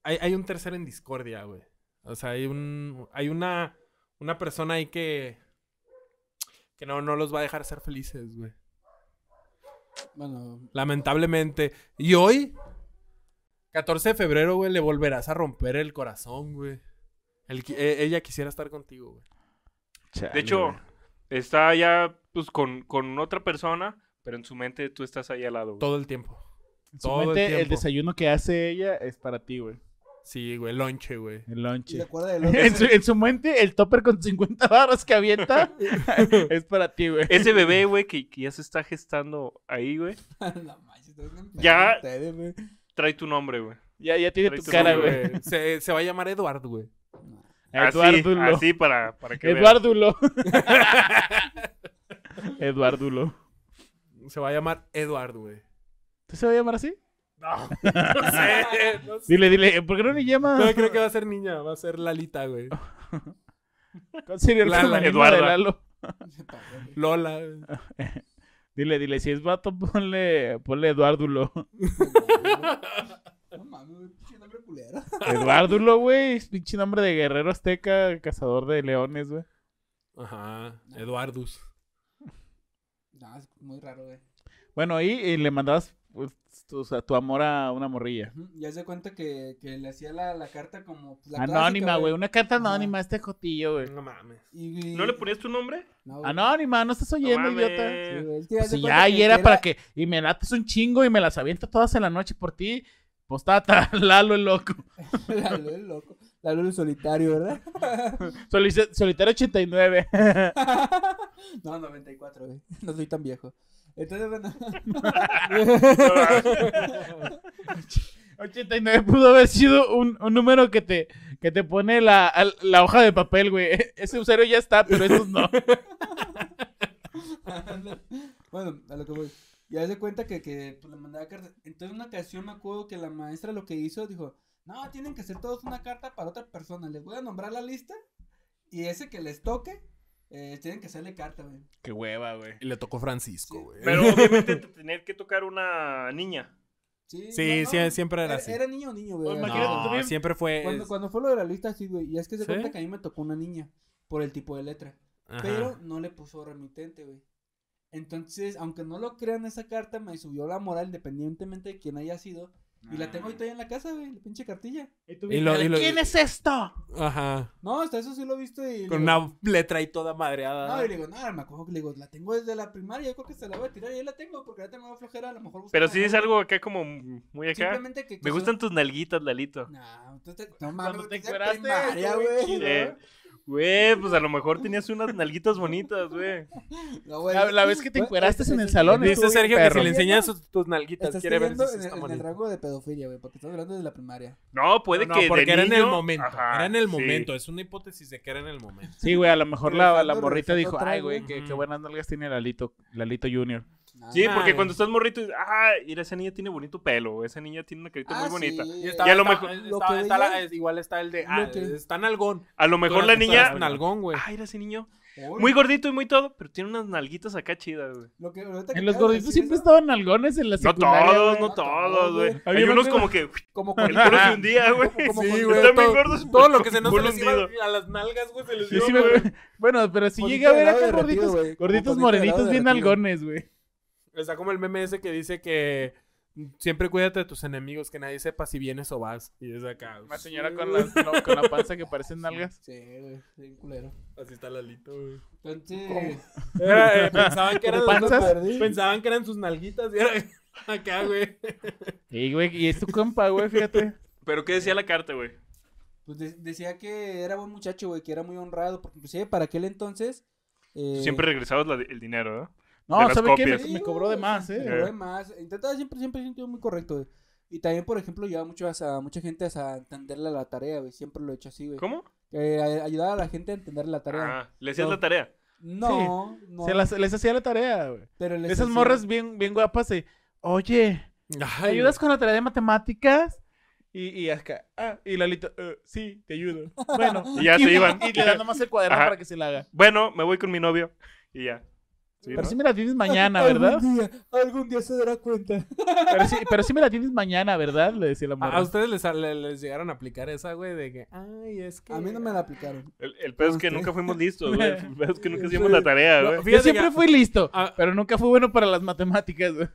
A: hay. Hay un tercero en discordia, güey. O sea, hay un. Hay una. Una persona ahí que. Que no, no los va a dejar ser felices, güey.
D: Bueno,
A: Lamentablemente. Y hoy. 14 de febrero, güey, le volverás a romper el corazón, güey. El qui- eh, ella quisiera estar contigo, güey.
C: Chale,
B: De hecho,
C: güey.
B: está ya pues, con, con otra persona, pero en su mente tú estás ahí al lado. güey.
A: Todo el tiempo.
C: En su
A: todo el
C: mente, el,
A: tiempo.
C: desayuno que hace ella es para ti, güey.
A: Sí, güey, lonche, güey.
C: El
D: ¿se
C: lonche.
D: acuerda de los
C: En su, en su mente, el topper con 50 barras que avienta es para ti, güey.
B: Ese bebé, güey, que, que ya se está gestando ahí, güey,
D: No manches, ustedes no enferman
B: Ya.
D: ustedes, güey.
B: trae tu nombre, güey.
C: Ya, ya tiene tu
B: Sí,
C: cara,
A: Sí,
C: güey.
A: Se, se va a llamar Eduardo, güey.
B: Así,
C: Eduardo Lo.
B: así para, para que veas.
C: Eduardo Lo. Eduardo Lo.
A: Se va a llamar Eduardo, güey.
C: ¿Tú se va a llamar así?
A: No, no sé. No sé.
C: Dile, dile, ¿por qué no le llama?
A: No, creo que va a ser niña, va a ser Lalita, güey.
C: ¿Cuál sería el
A: Lala,
C: seudónimo
B: Eduarda.
C: de Lalo?
D: Se pasó, güey.
A: Lola.
C: Dile, dile, si es vato, ponle, ponle Eduardo Lo.
D: No mames, güey, pinche nombre culero.
C: Eduardo Lo, güey. es Pinche nombre de guerrero azteca, cazador de leones, güey.
A: Ajá, Eduardus.
D: No, es muy raro, güey.
C: Bueno, ahí eh, le mandabas pues, tu, o sea, tu amor a una morrilla.
D: Ujú, Ya se cuenta que, que le hacía la, la carta como pues, la
C: Anónima,
D: clásica,
C: güey. Una carta
D: Ajá.
C: anónima a este jotillo, güey.
A: No mames.
D: Y- y-
B: ¿No le ponías tu nombre?
D: No, güey.
C: Anónima, Ah, no estás
B: No
C: oyendo,
B: mames.
C: idiota. Pues
D: Sí, güey, es que haz de
C: Si
D: cuenta
C: ya, y
D: que-
C: era para que. Y me lates un chingo y me las aviento todas en la noche por ti. Postata, Lalo el loco.
D: La luz del loco. La luz del solitario, ¿verdad?
C: Solice- Solitario 89.
D: No, 94, güey. No soy tan viejo. Entonces, bueno.
C: 89 pudo haber sido un, un número que te, que te pone la, al- la hoja de papel, güey. Ese usuario ya está, pero esos no.
D: bueno, a lo que voy. Ya se cuenta que, que pues, le mandaba cartas. Entonces, una ocasión me acuerdo que la maestra lo que hizo dijo: No, tienen que hacer todos una carta para otra persona. Les voy a nombrar la lista y ese que les toque, eh, tienen que hacerle carta, güey.
C: Qué hueva, güey.
A: Y le tocó Francisco, güey.
B: Pero obviamente te tenía que tocar una niña.
D: Sí,
A: Sí,
D: no,
A: sí,
D: no,
A: siempre era así.
D: Era niño o niño, güey.
C: Pues,
D: Era-
C: imagínate tú
A: No,
C: bien.
A: siempre fue.
D: Cuando, cuando fue lo de la lista, sí, güey. Y es que se
A: ¿Sí?
D: cuenta que a mí me tocó una niña por el tipo de letra.
A: Ajá.
D: Pero no le puso remitente, güey. Entonces, aunque no lo crean, esa carta me subió la moral independientemente de quién haya sido. Y la tengo ahorita ahí en la casa, güey, la pinche cartilla.
A: Y lo- y lo-
C: ¿Quién es esto?
A: Ajá.
D: No, hasta eso sí lo he visto y...
A: Con
D: le digo-
A: una letra ahí toda madreada.
D: No, y le digo, no, me acuerdo que le digo, la tengo desde la primaria, yo creo que se la voy a tirar y ahí la tengo porque ya tengo flojera, a lo mejor...
B: Pero sí
D: buscarla,
B: es
D: ¿no?
B: algo acá como muy acá.
D: Simplemente que... que
B: Me
D: son-
B: gustan tus nalguitas, Lalito.
D: No, entonces, no mames,
C: Cuando te
D: güey, desde
C: encueraste.
D: primaria,
C: estuvo bien
D: güey.
C: chido,
B: Eh,
C: ¿eh?
B: Güey, pues a lo mejor tenías unas nalguitas bonitas, güey.
D: No, güey,
C: La, la vez que te
D: güey,
C: encueraste
D: es-
C: en el
D: es-
C: salón.
A: Dice
C: estuvo bien
A: Sergio que
C: perro.
A: si le enseñas sus- tus nalguitas,
D: Estás
A: quiere ver si
D: cayendo
A: sí
D: en, el-
A: está
D: en el
A: bonito.
D: rango de pedofilia, güey, porque estás hablando desde la primaria.
B: No, puede
A: No,
B: que de
A: porque era en el
B: niño-
A: momento.
B: Ajá,
A: era en el
B: sí.
A: momento. Es una hipótesis de que era en el momento.
C: Sí, güey, a lo mejor la, la
D: Regresando,
C: morrita
D: regresando
C: dijo,
D: atrás,
C: ay, güey,
D: güey.
C: qué, qué
A: Ujú.
C: buenas nalgas tiene Lalito, Lalito Junior.
D: No,
B: Sí,
D: no.
A: Ah,
B: porque
A: güey.
B: cuando estás morrito, dices, ah, mira, esa niña tiene bonito pelo, esa niña tiene una carita muy
D: Ah, sí,
B: bonita.
D: eh,
B: Y a lo mejor-
D: lo que veía-
A: igual está el de.
D: Lo
A: Ah,
D: que-
A: está nalgón.
B: A lo mejor la
A: Durante todas
B: niña,
A: las Nalgón, güey.
B: ah, era ese niño,
D: Uy,
B: muy gordito y muy todo, pero tiene unas nalguitas acá chidas, güey.
D: Lo que, ahorita que
C: En los
D: acabas de
C: gorditos
D: decir
C: siempre
D: eso,
C: estaban algones en la
B: No
C: secundaria.
B: todos,
C: güey.
B: no todos, güey.
C: Había
B: Hay
C: uno
B: unos
C: que-
B: como que el
D: Como cuando-
B: culo se hundía, güey.
D: como
A: Sí,
D: con-
A: güey,
B: Están bien
A: todo-
B: gordos.
A: Todo lo que se nos
B: Culo
A: les iba
B: hundido.
A: a las nalgas, güey, se les
C: Sí,
A: iba,
C: sí,
A: güey.
C: güey. Bueno, pero si
D: Con
C: llega a ver
D: helado
C: acá
D: derretido,
C: gorditos,
D: güey, como
C: gorditos
D: con
C: morenitos
D: helado
C: bien
D: derretido.
C: algones, güey.
A: Está como el meme ese que dice que siempre cuídate de tus enemigos, que nadie sepa si vienes o vas. Y es acá.
C: Una
A: Así
C: señora con, las- no, con la panza que parecen nalgas.
D: Sí, güey, bien culero.
A: está Lalito, güey.
D: Entonces,
A: Era, eh, pensaban, que eran
C: ¿Como
A: las-
C: panzas?
D: perdí.
A: pensaban que eran sus nalguitas y era acá, güey.
C: Y, güey, y es tu compa, güey, fíjate.
B: Pero ¿qué decía la carta, güey?
D: pues de- decía que era buen muchacho, güey, que era muy honrado, porque inclusive para aquel entonces... eh, pues,
B: Tú Siempre regresabas la- el dinero, ¿no? De
C: No,
B: las
C: ¿sabe qué? Me,
B: copias.
C: me cobró de más,
D: me
C: eh.
D: cobró de más. Intentaba siempre, siempre he sentido muy correcto, güey. Y también, por ejemplo, llevaba mucho a, a mucha gente a entenderle la tarea, güey. Siempre lo he hecho así, güey.
B: ¿Cómo?
D: Eh, a- ayudaba a la gente a entender la tarea.
B: Ah, le hacías
D: No.
B: la tarea.
D: No, no.
C: Se las- les hacía la tarea, güey.
D: pero les
C: Esas
D: hacía-
C: morras bien, bien guapas y, oye, ¿me
A: Ay,
C: ayudas con la tarea de matemáticas? Y, y acá, ah, y Lalito, "Eh, sí, te ayudo. Bueno.
B: Y ya se iban.
C: Y le dan nomás el cuaderno
B: Ajá.
C: para que se la haga.
B: Bueno, me voy con mi novio. Y ya. Sí,
C: Pero
B: ¿no?
C: sí me la tienes mañana, ¿verdad?
D: Algún día, algún día se dará cuenta.
C: Pero sí, pero sí me la tienes mañana, ¿verdad? Le decía la
A: ¿A, a
C: morra.
A: ustedes les, le- les llegaron a aplicar esa, güey? De que, ay, es que...
D: A mí no me la aplicaron.
B: El, el pedo es que
D: Ok.
B: nunca fuimos listos, güey. El pedo es que nunca hicimos la tarea,
A: No,
B: güey.
A: fíjate
C: Yo
A: que
C: siempre
A: a-
C: fui listo,
A: Ah.
C: pero nunca fui bueno para las matemáticas, güey.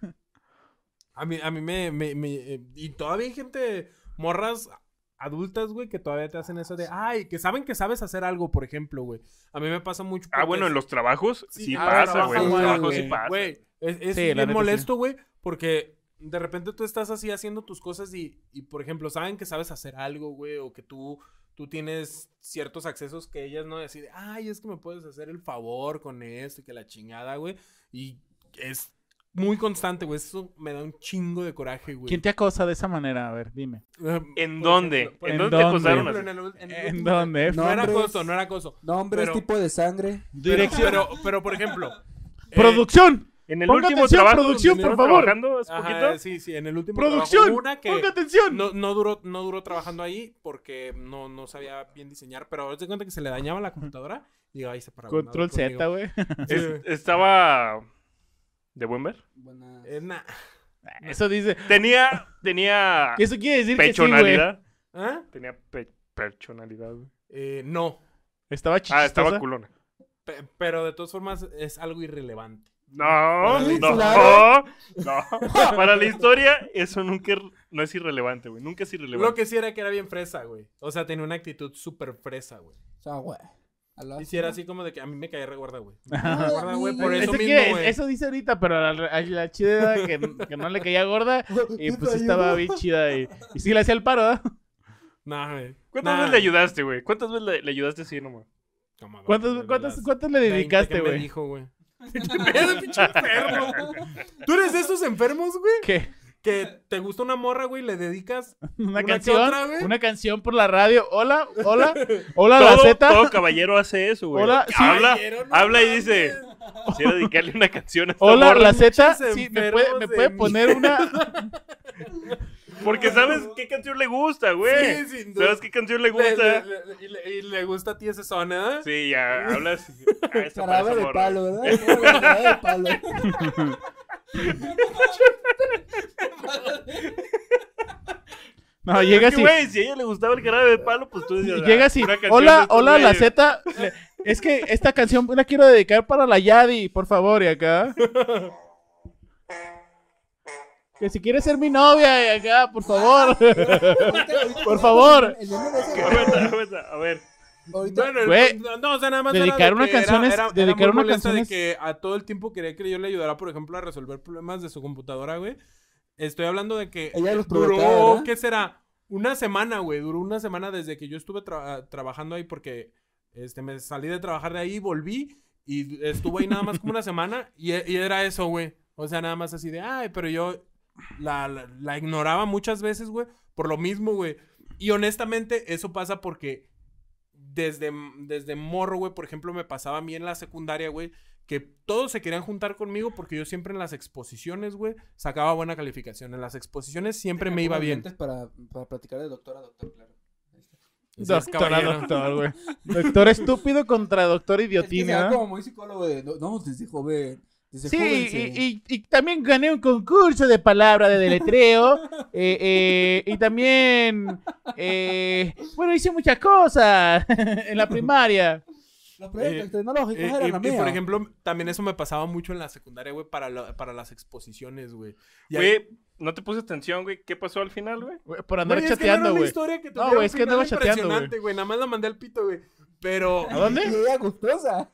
A: A mí, a mí me, me- me- eh, Y todavía hay gente, morras adultas, güey, que todavía te hacen eso de... Ay, que saben que sabes hacer algo, por ejemplo, güey. A mí me pasa mucho...
B: Ah,
A: porque
B: bueno, en
A: es-
B: los trabajos sí,
A: Sí,
C: ah,
B: pasa,
C: trabaja,
B: güey. En los
C: güey,
B: trabajos sí
C: güey.
B: pasa.
A: Güey, es, es
C: Sí, la
A: bien
C: neta sí.
A: molesto, güey, porque de repente tú estás así haciendo tus cosas y, y, por ejemplo, saben que sabes hacer algo, güey, o que tú, tú tienes ciertos accesos que ellas no deciden, ay, es que me puedes hacer el favor con esto y que la chingada, güey. Y es muy constante, güey, eso me da un chingo de coraje, güey.
C: ¿Quién te acosa de esa manera? A ver, dime.
A: Em,
B: ¿En
A: por
B: dónde?
A: ejemplo, por ejemplo,
B: ¿En dónde
C: ¿en
B: te
C: dónde?
B: acosaron
A: por ejemplo,
B: así?
A: en el- en el
C: ¿En
A: último-
C: dónde?
A: No era
D: Nombres.
A: acoso, no era acoso.
D: Nombres,
A: Pero-
D: tipo de sangre.
C: Dirección.
A: Pero, pero, por ejemplo... eh,
C: ¡Producción!
B: En el
C: Ponga
B: último
C: atención,
B: trabajo.
C: producción,
B: donde
C: por
B: estaba
C: favor.
B: trabajando hace
A: ajá, eh,
B: poquito,
A: sí, sí, en el último
C: ¡Producción!
A: trabajo, una que-
C: ¡Ponga atención!
A: No, no duró, no duró trabajando ahí porque no, no sabía bien diseñar, pero te cuenta que se le dañaba la computadora y ahí se paraba.
C: Control Z, güey.
B: es- estaba. ¿De buen ver?
D: Buenas.
A: Eh,
C: Eso dice.
B: Tenía. Tenía.
C: Eso quiere decir que sí, güey.
B: Ah, Pechonalidad. Tenía pe- personalidad, güey.
A: ¿ah? Eh, no,
C: Estaba chistosa.
B: Ah, estaba culona.
A: pe- pero de todas formas es algo irrelevante.
B: No,
A: Sí,
B: no,
D: claro.
B: no. Para la historia, eso nunca er- no es irrelevante, güey. Nunca es
A: Lo
B: irrelevante.
A: que sí era que era bien fresa, güey. O sea, tenía una actitud súper fresa, güey.
D: O sea, güey. a
C: Ah,
D: la-
A: Y sí era así como de que a mí me caía reguarda, güey. Me
C: Ajá.
A: caía Reguarda, güey, por
C: Eso,
A: eso
C: que-
A: mismo, güey.
C: eso dice ahorita, pero a la, a la chida que, que no le caía gorda. Y pues sí estaba bien chida. Y, y sí le hacía el paro, ¿eh?
A: Nah, güey.
B: ¿Cuántas
A: Nah.
B: veces le ayudaste, güey? ¿Cuántas veces le, le ayudaste así nomás?
A: Como a
C: ¿Cuántos,
A: veces,
C: cuántos,
A: las
C: cuántos le
A: 20 que
C: dedicaste,
A: me
C: güey?
A: dijo, güey. ¿Qué pedo, pinche enfermo? ¿Tú eres de esos enfermos, güey?
C: ¿Qué?
A: que te gusta una morra, güey, le dedicas.
C: ¿Una,
A: ¿Una que
C: canción?
A: otra, güey?
C: ¿Una canción por la radio? Hola, hola, hola, la
B: todo,
C: Z.
B: todo caballero hace eso, güey.
C: Hola, sí.
B: habla,
A: Caballero, no
B: habla y
A: mames.
B: dice, quiero dedicarle una canción a esta
C: Hola,
B: morra".
C: la Z.
A: Pinches
C: Sí, me puede,
A: enfermos
C: me
A: de
C: puede
A: mí.
C: poner una.
B: Porque sabes qué canción le gusta, güey.
A: Sí, sin duda.
B: ¿Sabes qué canción le
A: Le-
B: gusta?
A: le- le- y, le, y le gusta a ti ese son, ¿eh?
B: Sí, ya hablas. Ah, esa para
D: Jarabe
B: esa
D: de
B: morra.
D: palo, ¿verdad? No, güey, jarabe de palo.
C: No,
B: Es
C: llega
B: que,
C: así.
B: güey, si a ella le gustaba el jarabe de palo, pues tú decías,
C: Y
B: "Ah,
C: llega así.
B: una canción de
C: Hola,
B: estos
C: hola, la
B: güeyes".
C: Z. le- Es que esta canción la quiero dedicar para la Yadi, por favor, y acá. Que si quieres ser mi novia, y acá, por favor. Por favor.
D: El meme de ese-
B: Aguanta, aguanta, A ver.
D: ahorita-
A: Bueno, el-
C: Güey,
A: no, no, o sea, nada más. era
C: dedicar
A: de
C: una
A: que
C: canción es- dedicar
A: muy
C: una
A: molesta
C: canción es-
A: de que a todo el tiempo quería que yo le ayudara, por ejemplo, a resolver problemas de su computadora, güey. Estoy hablando de que
D: Ella los provocaba,
A: duró,
D: ¿verdad?
A: ¿qué será? Una semana, güey. Duró una semana desde que yo estuve tra- ah, trabajando ahí porque este, me salí de trabajar de ahí, volví y estuve ahí nada más como una semana y, e- y era eso, güey. O sea, nada más así de, ay, pero yo la, la- la ignoraba muchas veces, güey, por lo mismo, güey. Y honestamente, eso pasa porque desde, desde morro, güey, por ejemplo, me pasaba a mí en la secundaria, güey, que todos se querían juntar conmigo porque yo siempre en las exposiciones, güey, sacaba buena calificación. En las exposiciones siempre me iba bien.
D: Antes Para, para platicar de doctor a doctor, claro.
A: Decías,
C: Doctor, a
A: "Caballero".
C: doctor, güey. Doctor estúpido contra doctor
D: Es que se
C: idiotina.
D: va como muy psicólogo de, no, no, desde joven. Desde
C: Sí,
D: joven se-
C: y, y- y también gané un concurso de palabra de deletreo. eh, eh, y también, eh, bueno, hice muchas cosas en la primaria.
D: Los
A: Eh,
D: proyectos tecnológicos
A: Eh,
D: eran
A: y,
D: la
A: y,
D: mía.
A: por ejemplo, también eso me pasaba mucho en la secundaria, güey, para, la- para las exposiciones, güey. Y ahí-
B: Güey, no te puse atención, güey. ¿Qué pasó al final, güey?
C: Güey, Por andar
A: Güey, es que no era
C: chateando,
A: una
C: güey.
A: historia que
C: No, güey,
A: tuviera un
C: es que andaba
A: final
C: chateando, güey.
A: impresionante, güey. Nada más la mandé al pito, güey. Pero...
C: ¿A
D: Y
C: dónde?
D: ella gustosa.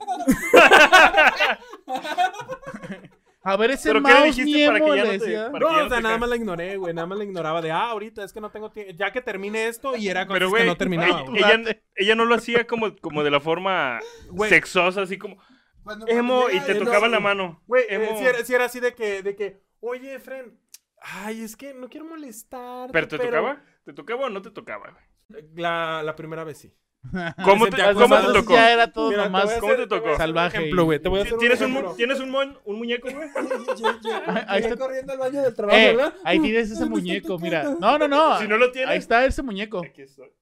C: A ver ese
B: ¿Pero qué le
C: mouse
B: dijiste para que
C: niemo,
B: ya no
C: le
B: te-
C: decía.
B: para-
A: No,
B: que ya no
A: o sea,
B: te
A: nada
B: caes.
A: más la ignoré, güey. Nada más la ignoraba de, ah, ahorita es que no tengo tiempo. Ya que termine esto y era con
B: Pero,
A: que
B: güey, eh,
A: no terminaba.
B: ella,
A: güey.
B: ella, ella no lo hacía como, como de la forma
A: Güey.
B: sexosa, así como
D: Cuando-
B: emo
D: cuando
B: y
D: llega
B: te
D: el-
B: tocaban la mano.
A: Güey,
B: Emo.
A: eh, si, era, si era así de que, de que, oye, Fren, ay, es que no quiero molestar.
B: ¿Pero te tocaba? ¿Te tocaba o no te tocaba, güey?
A: La, la primera vez sí.
B: ¿Cómo
A: Me
B: te,
A: sentía
B: cómo
A: acosado.
B: te tocó?
C: Ya era todo
A: Mira, te
C: nomás.
A: voy a
B: ¿Cómo
A: hacer-
B: te tocó?
A: voy a hacer un
C: Salvaje.
A: ejemplo, güey. Te voy a hacer un
B: ¿Tienes un,
A: ejemplo.
B: mu- ¿Tienes un, mon- un muñeco, güey?
C: ahí
D: Llegué
C: está-
D: corriendo al baño del trabajo,
C: Eh,
D: ¿verdad?
C: ahí
D: Uh,
C: tienes ese
D: me
A: este
D: están
C: muñeco, mira.
D: tocando.
C: No, no, no.
B: Si no lo tienes.
C: Ahí está ese muñeco.
B: Aquí estoy.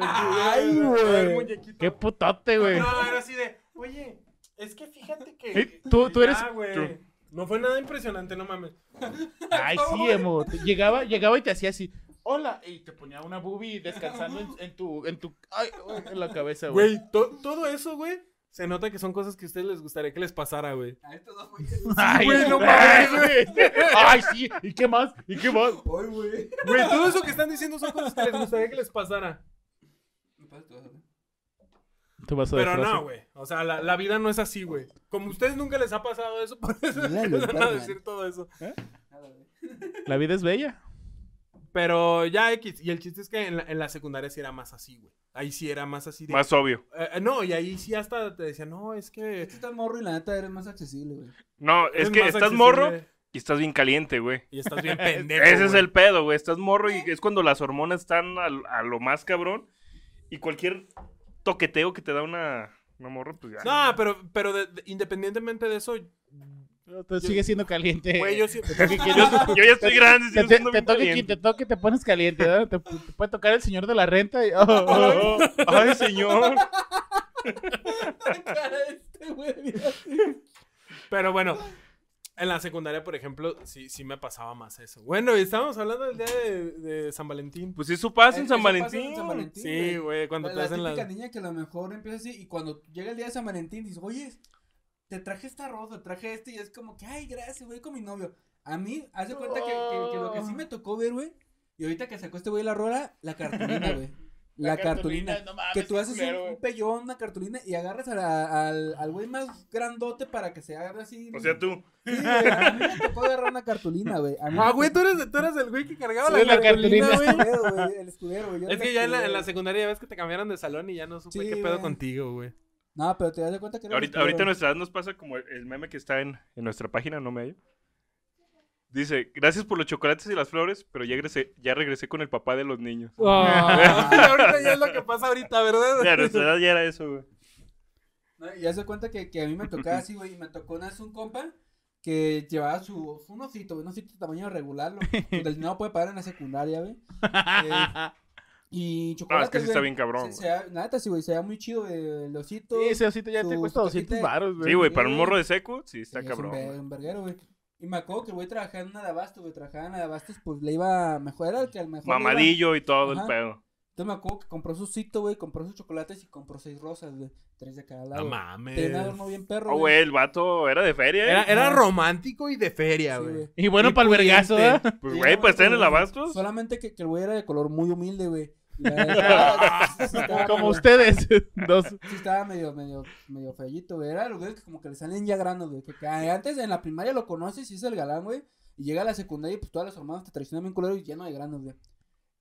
D: Ay,
B: A ver,
D: güey.
B: muñequito.
C: Qué putote, güey.
A: No, era así de, oye, es que fíjate que.
C: Eh, tú- tú
A: Ya,
C: eres-
A: güey.
B: Tú.
A: No fue nada impresionante, no mames.
C: Ay, sí, emo. Te- Llegaba, llegaba y te hacía así. Hola. Y te ponía una boobie descansando en, en tu, en tu, ay, uy, en la cabeza, güey.
A: Güey, to- todo eso, güey, se nota que son cosas que a ustedes les gustaría que les pasara, güey.
D: A estos dos güeyes.
C: Ay,
A: Güey, no
C: güey.
A: mames,
C: Ay, sí. ¿Y qué más? ¿Y qué más?
D: Ay, güey.
A: Güey, todo eso que están diciendo son cosas que les gustaría que les pasara.
D: Me pasa todo, güey.
C: Tu vaso de
A: Pero
C: fresa.
A: no, güey. O sea, la, la vida no es así, güey. Como a ustedes nunca les ha pasado eso, por eso
D: Mira,
A: empiezan
D: lo
A: a
D: Batman.
A: decir todo eso.
D: Nada, güey.
C: La vida es bella.
A: Pero ya, X. Y el chiste es que en la, en la secundaria sí era más así, güey. Ahí sí era más así. de-
B: Más obvio.
A: Eh, eh, no, y ahí sí hasta te decían, no, es que...
D: Tú estás Este morro y la neta eres más accesible, güey.
B: No, es
A: eres
B: que
A: más
B: estás
A: accesible
B: morro y estás bien caliente, güey.
A: Y estás bien pendejo.
B: Ese es
A: güey.
B: el pedo, güey. Estás morro y es cuando las hormonas están al- a, lo más cabrón. Y cualquier toqueteo que te da una, una morra, pues ya.
A: No, pero, pero de- de- independientemente de eso,
C: Pero tú sigues siendo caliente.
A: güey, yo siempre...
C: Que- que-
B: Yo, yo ya estoy grande.
C: Te,
B: sigo
C: te,
B: siendo
C: te
B: bien
C: toque quien
B: caliente.
C: te toque, te pones caliente. ¿no? Te, te puede tocar el señor de la renta. Y, oh, oh, oh.
B: Ay, señor.
D: Cara de este güey, mira.
A: Pero bueno, en la secundaria, por ejemplo, sí, sí me pasaba más eso. Bueno, y estábamos hablando del día de, de San Valentín.
B: Pues eso pasa en
D: Eso
B: San
D: pasa en
B: Valentín.
D: San Valentín.
A: Sí, güey, cuando
D: la,
A: te
D: la
A: hacen
D: típica
A: la...
D: niña que a lo mejor empieza así y cuando llega el día de San Valentín dices, oye, te traje esta rosa, te traje este y es como que, ay, gracias, voy con mi novio. A mí, haz de cuenta que, que- que lo que sí me tocó ver, güey, y ahorita que sacó este güey la rola, la cartulina, güey. La, cartulina.
C: no mames,
D: que tú
C: qué
D: haces un-
C: culero,
D: un,
C: güey.
D: pellón, una cartulina y agarras a la- al, al güey más grandote para que se haga así.
B: O sea, tú.
D: Sí, güey, a mí me tocó agarrar una cartulina, güey. A mí
A: Ah,
D: me
A: güey,
D: tocó-
A: tú eres, tú eres el güey que cargaba
C: Sí,
A: la
C: la
A: cartulina,
C: cartulina.
A: güey.
D: escudero, güey, el escudero, güey, yo
A: Es
D: era
A: que ya en la, en la
D: escudero.
A: secundaria ya ves que te cambiaron de salón y ya no supe
D: Sí,
A: qué pedo
D: güey.
A: contigo, güey.
D: No, pero te das de cuenta que era
B: Ahorita,
D: escudero.
B: ahorita a nuestra edad nos pasa como el- el meme que está en, en nuestra página, no me hallo. Dice, gracias por los chocolates y las flores, pero ya regresé, ya regresé con el papá de los niños.
C: Ah.
D: Ah,
A: ahorita ya es lo que pasa ahorita, ¿verdad?
B: Ya, a nuestra edad ya era eso, güey.
D: No, y haz de cuenta que, que a mí me tocaba así, güey. Y me tocó una vez un compa que llevaba su, un osito, güey, un osito de tamaño regular, lo que el dinero puede pagar en la secundaria, güey. Eh, y
B: No,
D: chocolate.
B: Ah, es que sí está bien cabrón, güey.
D: nada, sí, güey, se vea muy chido güey, el osito.
C: Sí, ese osito ya te
D: Tus
C: cuesta 200
D: cajitas.
C: baros, güey.
B: Sí, güey, para un morro de seco, sí está
D: Sí, es un
B: cabrón.
D: ver-
B: güey.
D: un verguero, güey. Y me acuerdo que, güey, trabajaba en una de abastos, güey, trabajaba en la de abastos, pues le iba mejor, era el que al mejor. le iba.
B: Mamadillo y todo el
D: Ajá.
B: pedo.
D: Entonces me acuerdo que compró su osito, güey, compró sus chocolates y compró seis rosas, güey. Tres de cada lado.
A: No
D: güey.
A: mames.
D: Tenía un adorno bien perro,
B: Oh, güey, el vato era de feria.
A: Era,
B: ¿eh?
A: era romántico y de feria,
D: Sí,
A: güey.
D: güey.
C: Y bueno,
A: Y
C: para el vergazo,
A: pudiente.
C: ¿verdad?
B: Pues,
D: Sí,
B: güey,
D: no,
B: pues está en
D: no,
B: el
D: no.
B: abastos.
D: Solamente que, que el güey era de color muy humilde, güey. Y la neta, sí estaba
C: Como
D: medio-
C: ustedes. Dos.
D: Sí estaba medio, medio, medio feillito, güey. Era el güey que como que le salen ya granos, güey. Que, que antes en la primaria lo conoces y es el galán, güey. Y llega a la secundaria y pues todas las hermanas te traicionan bien culero y lleno de granos, güey.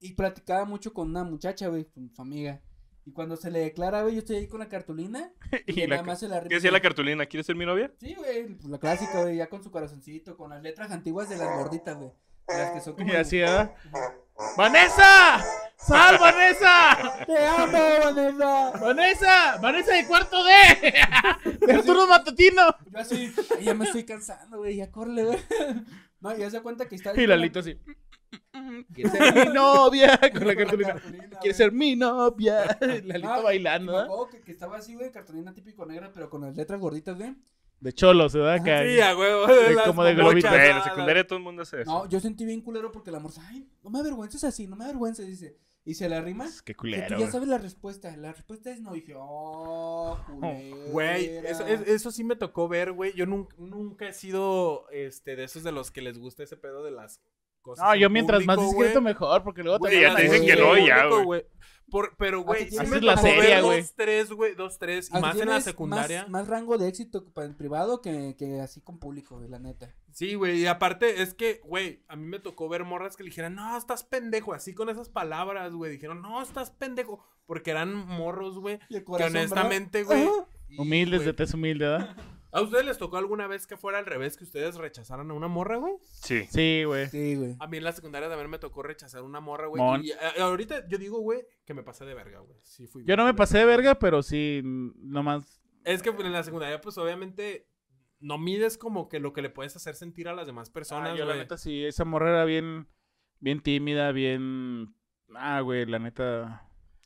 D: Y platicaba mucho con una muchacha, güey, con su amiga. Y cuando se le declara, güey, yo estoy ahí con la cartulina y,
B: Y la
D: nada más se la
B: ¿Qué decía la cartulina? ¿Quieres ser mi novia?
D: Sí, güey, pues la clásica, güey, ya con su corazoncito, con las letras antiguas de las gorditas, güey. Las que son como...
C: Y así, ¿ah? ¿verdad? ¡Vanessa! ¡Sal, Vanessa!
D: ¡Te amo, Vanessa!
C: ¡Vanessa! ¡Vanessa de cuarto D! ¡De Arturo Matutino!
D: Yo así, "Ay, ya me estoy cansando, güey, ya corre, güey. No, ya se cuenta que está.
C: Y Lalito así. Quiere ser mi novia? Con la cartulina. Quiere ser mi novia.
B: Ah,
C: Lalito bailando,
D: Ah, Me
A: ¿eh?
C: ¿verdad?
D: acuerdo que, que estaba así, güey, cartulina típico negra, pero con las letras gorditas, güey.
C: De cholo, se
B: Ah,
C: da
A: Sí,
C: acá.
A: a huevo.
C: De-
A: las
C: como
A: bombachas,
C: de globito. eh,
B: Güey, en
A: ah,
B: la secundaria todo el mundo hace eso.
D: No, yo sentí bien culero porque la morsa, ay, no me avergüences así, no me avergüences, dice. Y se la rima.
C: Qué
D: que tú
C: culero.
D: ya
C: güey.
D: sabes la respuesta. La respuesta es no. Y dije, oh, culera.
A: Güey, eso, es- eso sí me tocó ver, güey. Yo nunca, nunca he sido este, de esos de los que les gusta ese pedo de las cosas.
C: No,
A: en
C: Ah, yo mientras más
A: público,
C: discreto
A: güey.
C: mejor, porque luego
A: Güey,
C: te
B: ya
C: agarran
B: te
C: la
B: dicen que
C: huevo.
B: no, ya,
A: público,
B: güey.
A: Por- pero, güey,
D: Así
A: sí
D: tienes
A: me
C: la
A: tocó ver
C: seria, güey.
A: dos, tres, güey, dos, tres. Y
D: Así
A: más en la
D: tienes
A: secundaria.
D: Más, más rango de éxito pa- en privado que, que así con público, güey, la neta.
A: Sí, güey, y aparte es que, güey, a mí me tocó ver morras que le dijeran, no, estás pendejo, así con esas palabras, güey. Dijeron, no, estás pendejo, porque eran morros, güey,
D: Y el
A: que
D: corazón, ¿verdad?
A: honestamente, güey.
D: Ajá.
A: y,
C: Humildes de
A: güey,
C: tez humilde, ¿verdad?
A: ¿A ustedes les tocó alguna vez que fuera al revés que ustedes rechazaran a una morra, güey?
B: Sí.
C: Sí, güey.
D: Sí, güey.
A: A mí en la secundaria también me tocó rechazar una morra, güey.
C: Mon.
A: Y eh, ahorita yo digo, güey, que me pasé de verga, güey. Sí fui
C: Yo
A: bien
C: no me
A: culero.
C: pasé de verga, pero sí, mm, nomás.
A: Es que pues, en la secundaria, pues obviamente, no mides como que lo que le puedes hacer sentir a las demás personas,
C: Ah, yo, la
A: güey.
C: neta, sí, esa morra era bien, bien tímida, bien. Ah, güey, la neta.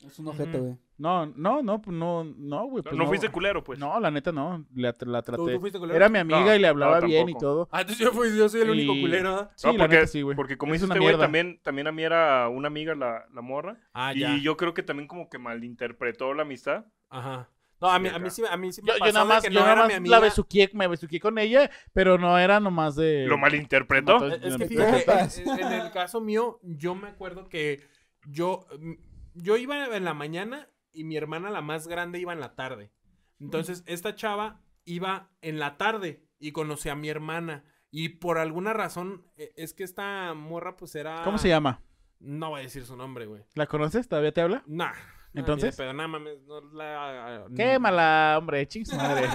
D: Es un objeto,
A: Ujú.
D: güey.
C: No, no, no, pues, no, no, güey.
B: No,
C: pues,
B: no fuiste culero, pues.
C: No, la neta no, la, tr- la
A: ¿Tú-
C: traté.
A: tú fuiste culero?
C: Era mi amiga
B: No,
C: y le hablaba
B: no,
C: bien y
B: tampoco.
C: todo.
A: Ah, entonces yo fui, yo soy el único
C: Y-
A: culero, ¿ah? ¿verdad?
C: Sí,
B: No,
C: la
B: porque,
C: neta sí, güey.
B: porque como
C: Es
B: dice
C: una
B: este güey,
C: mierda.
B: también, también a mí era una amiga la, la morra.
A: Ah, ya.
B: y yo creo que también como que malinterpretó la amistad.
A: Ajá. No, a mí,
B: Y
A: a mí
B: acá.
A: sí, a mí sí me
C: Yo, yo
A: pasó
C: nada
A: de
C: más,
A: que
C: yo
A: no
C: nada
A: era mi
C: más la
A: amiga.
C: besuqué, me besuqué con ella, pero no era nomás de...
B: ¿Lo malinterpretó?
C: mató-
A: Eh, Es
C: la
A: que
C: neta.
A: fíjate,
D: Compas.
A: en, en el caso mío, yo me acuerdo que yo, mm, yo iba en la mañana y mi hermana, la más grande, iba en la tarde. Entonces, esta chava iba en la tarde y conocí a mi hermana. Y por alguna razón, e- es que esta morra, pues era.
C: ¿Cómo se llama?
A: No voy a decir su nombre, güey.
C: ¿La conoces? ¿Todavía te habla?
A: Nah.
C: ¿Entonces?
A: Pero nada mames, no la.
C: Quémala, hombre, chis madre.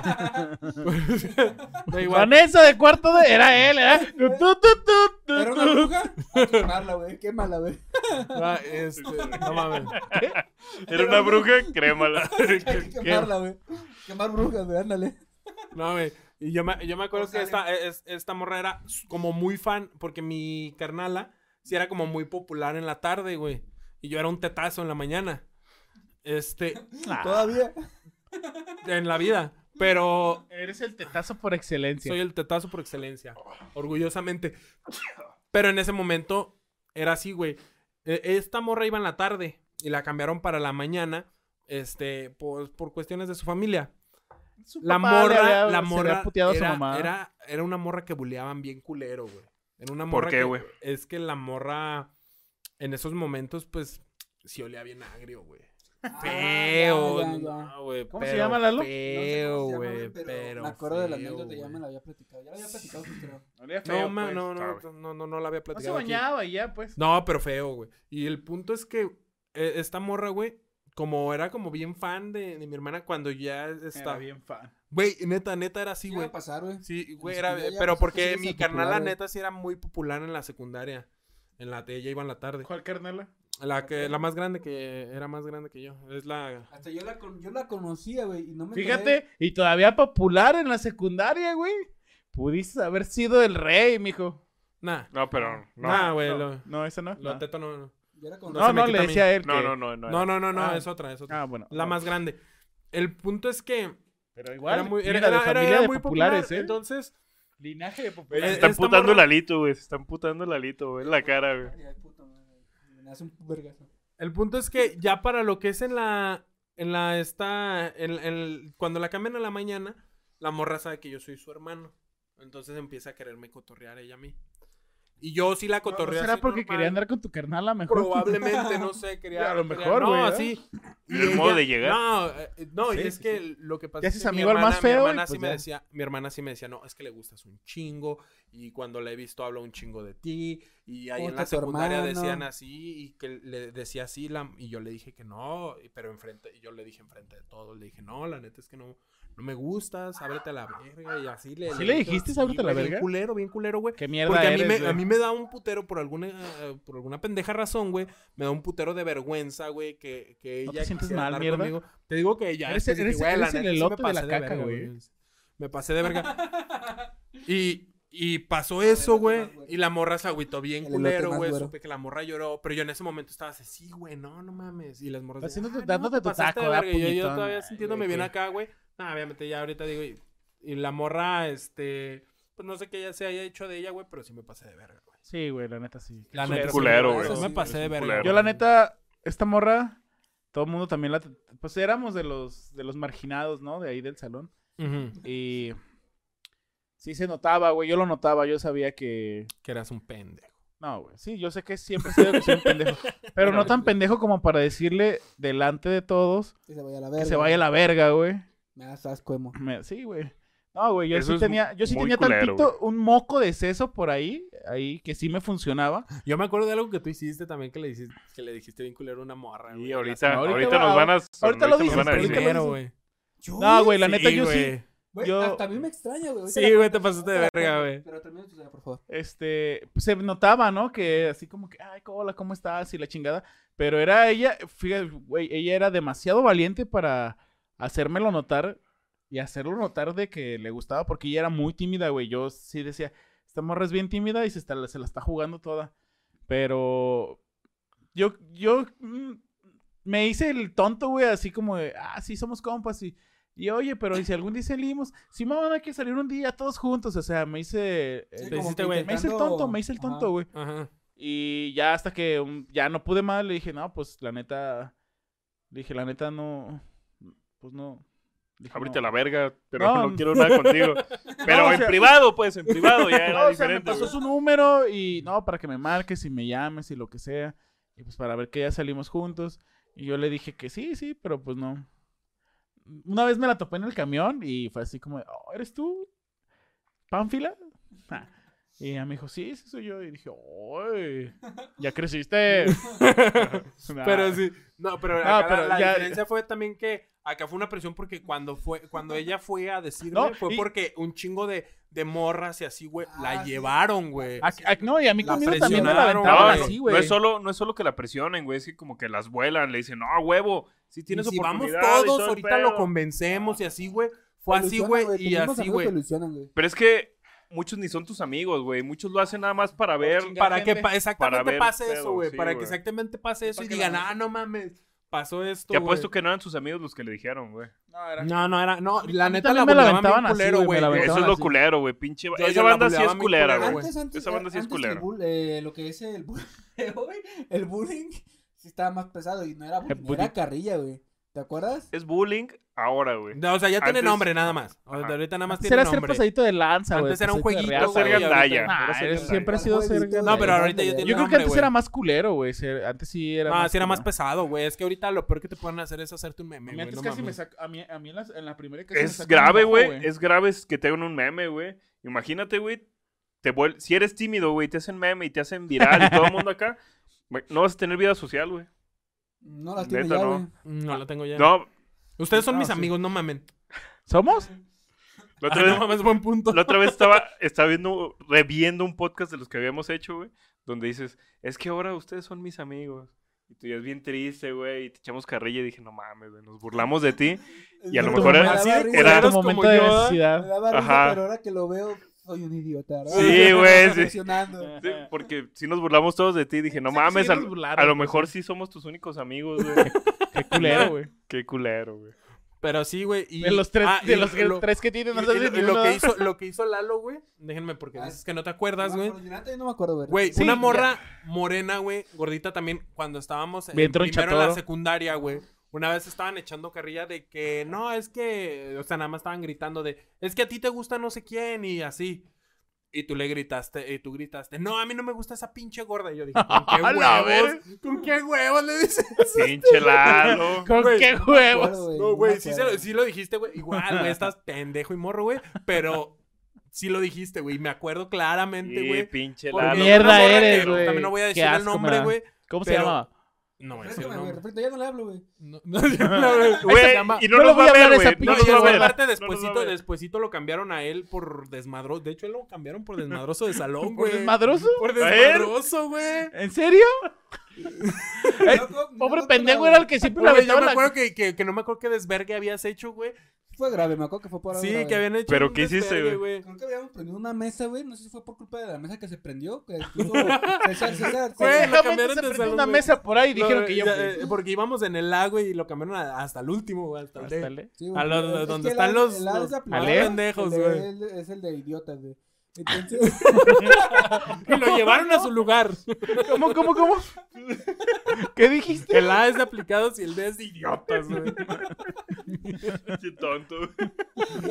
A: Da igual.
C: Con eso de cuarto de... Era él, ¿eh? Tu, tu, tu, tu, tu.
D: ¿Era una bruja? A quemarla, güey. Quémala, güey.
A: Ah, este, no mames.
B: Era una bruja, crémala.
D: Hay que Quemarla, güey. Quemar brujas, güey. Ándale.
A: No, güey. Y yo me, yo me acuerdo
D: O
A: que
D: sea,
A: esta, e, es- esta morra era como muy fan, porque mi carnala sí era como muy popular en la tarde, güey. Y yo era un tetazo en la mañana. Este,
D: Todavía.
A: en la vida. Pero
C: Eres el tetazo por excelencia.
A: soy el tetazo por excelencia, orgullosamente. Pero en ese momento era así, güey. E- Esta morra iba en la tarde y la cambiaron para la mañana, este, por, por cuestiones de su familia.
C: Su
A: La
C: papá le
A: morra,
C: había-
A: la
C: se
A: morra
C: le había puteado a su
A: era,
C: mamá.
A: Era, era una morra que buleaban bien culero, güey. Era una
B: ¿Por
A: morra
B: qué,
A: que-
B: güey?
A: Es que la morra en esos momentos, pues, sí olía bien agrio, güey. Feo.
D: Ah, ya, ya,
A: no,
D: ya.
A: güey,
C: ¿Cómo se
A: pero
C: llama, Lalo?
A: Feo,
D: No sé cómo se llama,
A: güey, pero
D: Me acuerdo de la
A: feo,
D: anécdota, ya
A: güey.
D: me la había platicado. Ya la había platicado, sí, creo.
A: No, ma- no,
B: Ah,
A: no, no, no, no la había
C: No se
A: platicado. aquí.
C: bañaba y ya, pues.
A: No, pero feo, güey. Y el punto es que eh, esta morra, güey, como era como bien fan de, de mi hermana cuando ya
C: Está
A: estaba.
C: bien fan.
A: Güey, neta, neta era así,
D: ¿Qué iba
A: güey.
D: a pasar, güey?
A: Sí, güey,
D: Pues
A: era,
D: que ya- ya
A: pero
D: pasó,
A: porque
D: sigues
A: mi
D: en
A: carnal, la
D: popular, güey.
A: neta, sí era muy popular en la secundaria. En la ella iba en la tarde.
C: ¿Cuál carnala?
A: La que, la más grande que era más grande que yo. Es la.
D: Hasta yo la, con- yo la conocía, güey, y no me enteré.
C: Fíjate, y todavía popular en la secundaria, güey. Pudiste haber sido el rey, mijo.
A: Nah.
B: No, pero no.
A: nah, güey.
C: no,
A: Lo,
C: no, esa no.
A: lo
C: no,
A: teto no. No,
D: Yo
C: no,
D: la
A: se
D: conocía.
A: me
C: no,
A: quita
C: le
A: a mí.
C: decía a él
B: No,
C: que-
B: no, no, no.
A: no, no, no, no,
C: Ah.
A: es otra, es otra.
C: Ah, bueno.
A: La más grande. El punto es que
C: Pero igual,
A: era muy, era,
C: mira,
A: era-
C: de
A: era-
C: familia
A: era
C: de
A: muy
C: populares,
A: popular,
C: ¿eh?
A: Entonces,
C: Linaje de
B: Se
C: populares.
A: Eh,
B: están
A: esta
B: putando
A: morra-
B: el alito, güey. Se están putando el alito, güey. en La cara, güey.
D: Ay, puta madre. Me hace un vergazo.
A: el punto es que ya para lo que es en la. En la esta. En, en- cuando la cambian a la mañana, la morra sabe que yo soy su hermano. Entonces empieza a quererme cotorrear ella a mí. Y yo sí la
C: ¿No- ¿No
A: cotorreo.
C: será
A: así
C: porque
A: normal.
C: quería andar con tu carnal a mejor?
A: Probablemente, no sé, quería.
C: A lo
A: quería-
C: mejor, güey,
A: No,
C: ¿eh?
A: así.
B: Y el modo de llegar.
A: No, eh, no, y
C: Sí,
A: es
C: sí,
A: que lo que pasa
C: Ya
A: es
C: haces
A: que mi
C: amigo al
A: hermana,
C: más
A: mi
C: feo y
A: hermana
C: pues
A: sí me
C: ya.
A: decía, mi hermana sí me decía, no, es que le gustas un chingo y cuando la he visto habla un chingo de ti y ahí en
D: Puta,
A: la
D: tu
A: secundaria
D: hermano.
A: decían así y que le decía así la, y yo le dije que no, y- pero enfrente, y yo le dije enfrente de todos, le dije, no, la neta es que no, no me gustas, ábrete a la verga y así le...
C: ¿Sí le dijiste,
A: así,
C: ábrete a la
A: güey,
C: verga?
A: Bien culero, bien culero, güey.
C: Qué mierda
A: Porque a mí,
C: eres,
A: me,
C: güey.
A: a mí me da un putero por alguna, eh, por alguna pendeja razón, güey. Me da un putero de vergüenza, güey, que, que
C: ¿No
A: ella
C: te sientes
A: quisiera
C: mal,
A: andar
C: mierda?
A: conmigo. Te digo que ya.
C: Eres-
A: después dije,
C: eres-
A: "Güey, la
C: eres
A: neta,
C: el
A: sí me
C: elote de la
A: pasé
C: caca,
A: verga,
C: güey".
A: Me pasé de verga. y, y pasó eso, güey.
D: más güero.
A: Y la morra se agüitó bien
D: El elote
A: culero,
D: más
A: güey.
D: güero.
A: Supe que la morra lloró. Pero yo en ese momento estaba así, sí, güey, no, no mames. Y las morras. de,
C: Haciendo tu-
A: "Ah, no,
C: dándote
A: te
C: tu
A: pasaste de
C: taco, da
A: verga". Y yo- Yo
C: puñetón.
A: todavía
C: Ay,
A: sintiéndome
C: güey,
A: bien
C: qué-
A: acá, güey. No, obviamente ya ahorita digo. Y, y la morra, este. Pues no sé qué ya se haya hecho de ella, güey, pero sí me pasé de verga, güey.
C: Sí, güey, la neta sí.
A: La
B: Es
A: neta,
B: un
A: sí,
B: culero,
A: güey.
B: güey.
A: Sí, me pasé de verga.
B: culero.
A: güey.
C: Yo la neta, esta morra, todo el mundo también la... Pues éramos de los, de los marginados, ¿no? De ahí del salón.
A: Ujú.
C: Y... Sí se notaba, güey. Yo lo notaba. Yo sabía que...
A: Que eras un pendejo.
C: No, güey. Sí, yo sé que siempre he sido que soy un pendejo. Pero no
A: pues,
C: tan pendejo como para decirle delante de todos
D: Que se vaya a la
C: que
D: verga.
C: se vaya a la verga, güey.
D: Me das asco, emo.
C: Me- Sí, güey. No, güey, yo
B: Eso
C: sí
B: es
C: tenía, yo sí
B: muy
C: tenía
B: culero,
C: tantito un moco de seso por ahí, ahí que sí me funcionaba.
A: Yo me acuerdo de algo que tú hiciste también que le, hiciste- que le dijiste bien culero a una morra, güey.
B: Y ahorita,
C: ahorita
B: ahorita,
C: va-
B: nos van a.
C: ahorita
B: nos van a
C: lo dices,
B: decir.
C: ahorita
A: Primero, güey.
C: No, güey, la neta yo sí,
D: Güey,
C: Yo-
D: hasta a mí me extraña, güey. Ahorita
A: Sí,
D: la-
A: güey, te pasaste de
D: ahorita la
A: verga,
D: cuento,
A: güey.
D: Pero termina tu idea, por favor.
C: este, se notaba, ¿no? Que así como que, ay, hola, ¿cómo estás? Y la chingada. Pero era ella, fíjate, güey, ella era demasiado valiente para hacérmelo notar y hacerlo notar de que le gustaba, porque ella era muy tímida, güey. Yo sí decía, esta morra es bien tímida y se, está- se la está jugando toda. Pero yo, yo mm, me hice el tonto, güey, así como, de, ah, sí, somos compas y... Y oye, pero ¿y si algún día salimos, si mamá hay que salir un día todos juntos, o sea, me hice
D: Sí,
C: el-
A: te
D: como
A: hiciste,
D: que
A: güey.
C: me hice el
D: intentando-
C: tonto, me hice el
D: Ajá.
C: tonto, güey.
A: Ajá.
C: Y ya hasta que um, ya no pude más, le dije, no, pues la neta. Le dije, la neta no. Pues no. Le dije,
B: Ábrete
C: no.
B: la verga, pero
C: No,
B: no,
C: no.
B: quiero nada contigo. Pero
C: No, o
B: en
C: sea-
B: privado, pues, en privado ya era
C: No, o sea, me
B: diferente.
C: pasó
B: güey.
C: su número y no, para que me marques y me llames y lo que sea. Y pues para ver que ya salimos juntos. Y yo le dije que sí, sí, pero pues no. Una vez me la topé en el camión y fue así como, "Oh, ¿eres tú? ¿Pánfila? Ah. Y ella me dijo, sí, sí soy yo. Y dije, ¡ay! Ya creciste.
A: Pero sí, no, pero,
C: Ah,
A: acá la-
C: pero
A: la,
C: ya-
A: diferencia fue también que acá fue una presión porque cuando fue cuando ella fue a decirme
C: No,
A: fue
C: y-
A: porque un chingo de, de morras y así, güey,
D: Ah,
A: la
D: sí.
A: llevaron, güey.
B: Ah,
C: A- a- Ah, no, y a mí
A: La
C: conmigo también me la
A: presionaron,
C: aventaban
A: güey.
C: así,
B: no,
C: güey.
B: es solo, no es solo que la presionen, güey, es que como que las vuelan, le dicen, no, huevo, si tienes
A: Y si vamos
B: oportunidad y todo
A: todos,
B: el
A: ahorita
B: pedo".
A: lo convencemos y así, güey. Fue así,
D: Ilusionan,
A: güey,
D: tus
A: y
D: mismos
A: así,
D: amigos
A: güey.
D: te ilusionan, güey.
B: Pero es que muchos ni son tus amigos, güey, muchos lo hacen nada más
C: Oh,
B: para ver.
C: chingar.
A: Para que
C: gente.
A: pa- exactamente
B: Para ver
A: pase
B: pedo,
A: eso, güey.
B: sí,
A: para que
B: güey.
A: exactamente pase eso y
C: que
A: digan,
C: la-
A: ah, no mames, pasó esto.
B: Te apuesto
A: güey".
B: que no eran sus amigos los que le dijeron, güey.
C: No, era-
A: No, no era. No,
C: A mí- a
A: la
C: mí
A: neta la
C: también me la
A: buleaban bien
C: aventaban así,
A: culero,
C: güey,
A: güey.
C: me la
A: Yo-
B: Eso
C: aventaban
B: es lo
C: Pues, así.
B: culero, güey, pinche.
A: Yo-
B: esa
A: yo la
B: banda sí
A: buleaba
B: es
A: muy
B: culera,
A: culera,
B: güey.
D: Antes, antes,
B: Esa banda sí es
D: antes el
B: culera.
D: bull- eh, lo que es el bullying, el bullying sí estaba más pesado y no era bullying,
C: bullying.
D: era carrilla, güey. ¿Te acuerdas?
B: Es bullying ahora, güey.
A: No, o sea, ya tiene
B: Antes-
A: nombre nada más. O sea,
B: Ajá.
A: ahorita nada más
C: Antes
A: tiene
C: era ser
A: nombre.
C: pasadito de lanza, güey.
A: Antes era un
C: pasadito
A: jueguito,
C: de reata,
B: Era ser
A: güey, ahorita-
B: gandalla.
C: Nah,
B: era ser
C: eso
B: gandalla.
C: siempre ha sido
D: Jueguito,
C: ser
D: güey.
A: No, pero
C: gandalla.
A: ahorita ya
C: Yo
A: tiene
C: creo que antes
A: nombre,
C: era
A: güey.
C: más culero, güey. ser- Antes sí era
A: No, sí era más
C: culero.
A: pesado, güey. Es que ahorita lo peor que te pueden hacer es hacerte un meme,
C: A mí
A: güey.
C: antes
A: no
C: casi me
A: mames.
C: saca- a mí- a mí en la- en la primera casi me
B: Es
C: sacan
B: grave,
C: un ojo,
B: güey. Es grave es que te hagan un meme, güey. Imagínate, güey. Te vuel- si eres tímido, güey, te hacen meme y te hacen viral y todo el mundo acá. güey, No vas a tener vida social, güey.
D: No las tiene
B: Neta,
D: ya,
B: no.
D: güey.
A: No, lo tengo ya.
B: No,
A: Ustedes son
C: No,
A: mis
C: sí.
A: amigos, no mamen.
C: ¿Somos?
B: la
A: Ah,
B: otra vez,
A: no mames, buen punto.
B: la otra vez estaba, estaba viendo, reviendo un podcast de los que habíamos hecho, güey. Donde dices, es que ahora ustedes son mis amigos. Y tú ya es bien triste, güey. Y te echamos carrilla y dije, no mames, güey, nos burlamos de ti. Y a lo
D: Me
B: mejor
D: daba
B: era-
A: así
D: risa,
A: de
B: era-
C: Tu
A: culeros como
C: momento de
A: yo, ¿eh?
D: Me
C: necesidad.
D: daba risa,
B: Ajá.
D: pero ahora que lo veo, soy un idiota. ¿verdad?
B: Sí, güey, sí.
D: Evolucionando.
B: Sí, porque si nos burlamos todos de ti, dije, no
C: Sí,
B: mames,
C: sí
B: a,
C: nos
B: lo-
C: burlaron,
B: a lo
C: pues,
B: mejor sí somos tus únicos amigos, güey.
C: Qué culero, güey.
B: Qué culero, güey.
A: Pero sí, güey. y-
C: De los tres,
A: ah,
C: de
A: y
C: los que-
A: lo-
C: tres que tienen, no
A: y- y
C: sabes
A: lo-
C: ni
A: y lo
C: uno.
A: que hizo- Lo que hizo Lalo, güey. Déjenme porque
D: Ah,
A: dices que no te acuerdas,
D: No me
A: güey.
D: acuerdo, Jonathan, no me acuerdo, güey.
A: Güey,
C: Sí,
A: una
C: ya.
A: morra morena, güey, gordita también, cuando estábamos en,
C: Bien
A: primero en la
C: tronchatoro.
A: secundaria, güey. Una vez estaban echando carrilla de que, no, es que, o sea, nada más estaban gritando de, es que a ti te gusta no sé quién y así. Y tú le gritaste, y tú gritaste, no, a mí no me gusta esa pinche gorda. Y yo dije, ¿con qué
C: A la
A: huevos? ¿Con qué huevos le dices?
B: Pinche Lalo.
C: ¿Con
A: güey.
C: qué
D: No me
C: huevos?
D: acuerdo,
A: No,
D: me
A: güey, sí, se
D: acuerdo.
A: lo, sí lo dijiste, güey. Igual, güey, estás pendejo y morro, güey. Pero sí lo dijiste, güey. y Me acuerdo claramente,
B: Sí,
A: güey.
B: pinche
A: porque
B: Lalo.
A: una
C: Mierda
A: morra que
C: eres, güey.
A: También no voy a
C: Qué
A: decir el
C: asco me
A: nombre,
C: da.
A: güey.
C: ¿Cómo se
A: Pero-
C: llamaba?
A: No, voy a decir el
D: Réstame, güey,
A: nombre.
D: repito, ya no le hablo, güey.
A: No, no, no, güey.
B: Güey,
C: se llama-
B: y no,
C: No
B: nos
C: le voy
B: va
C: a
B: a ver,
C: hablar a esa
B: güey.
A: No,
B: No
C: pinche
A: y
B: nos va a
A: aparte,
B: ver. No nos va a
A: despuesito,
B: ver.
A: despuesito lo cambiaron a él por desmadroso. De hecho, él lo cambiaron por desmadroso de salón,
C: ¿Por
A: güey.
C: desmadroso?
A: Por
B: ¿A él?
A: desmadroso, güey.
C: ¿En serio? Eh,
D: No, no,
C: Pobre
D: no,
C: pendejo
D: no,
C: era el que siempre la
A: Güey, yo
C: aventaba
A: me
C: la...
A: acuerdo que, que, que no me acuerdo qué desvergue habías hecho, güey.
D: Fue grave, me acuerdo que fue por algo
A: Sí,
D: grave.
A: que habían hecho.
B: ¿Pero
A: un
B: qué hiciste,
A: desvergue,
D: Creo que habíamos prendido una mesa, güey. No sé si fue por culpa de la mesa que se prendió. Que incluso César, César,
A: Güey,
D: César-
A: la
C: Exactamente,
A: cambiaron de
C: se prendió
A: salón,
C: una
A: güey.
C: mesa por ahí y
A: No,
C: dijeron que yo... "Pues,
A: ya, eh, Porque íbamos en el lago y lo cambiaron a- hasta el último, güey. Hasta el de-
C: Hasta le-
D: Sí, güey,
A: A los-
D: es- es
A: donde
D: que
A: están
D: el-
A: los-
D: el lado
A: los
D: es aplicado,
C: ¿Ale?
A: pendejos,
D: el de
A: güey.
D: él Es el de idiotas, güey. Entonces,
A: Y lo llevaron a su lugar.
C: ¿Cómo, cómo, cómo? ¿Qué dijiste?
A: El A es de aplicados y el D es de idiotas, güey.
B: Pinche tonto.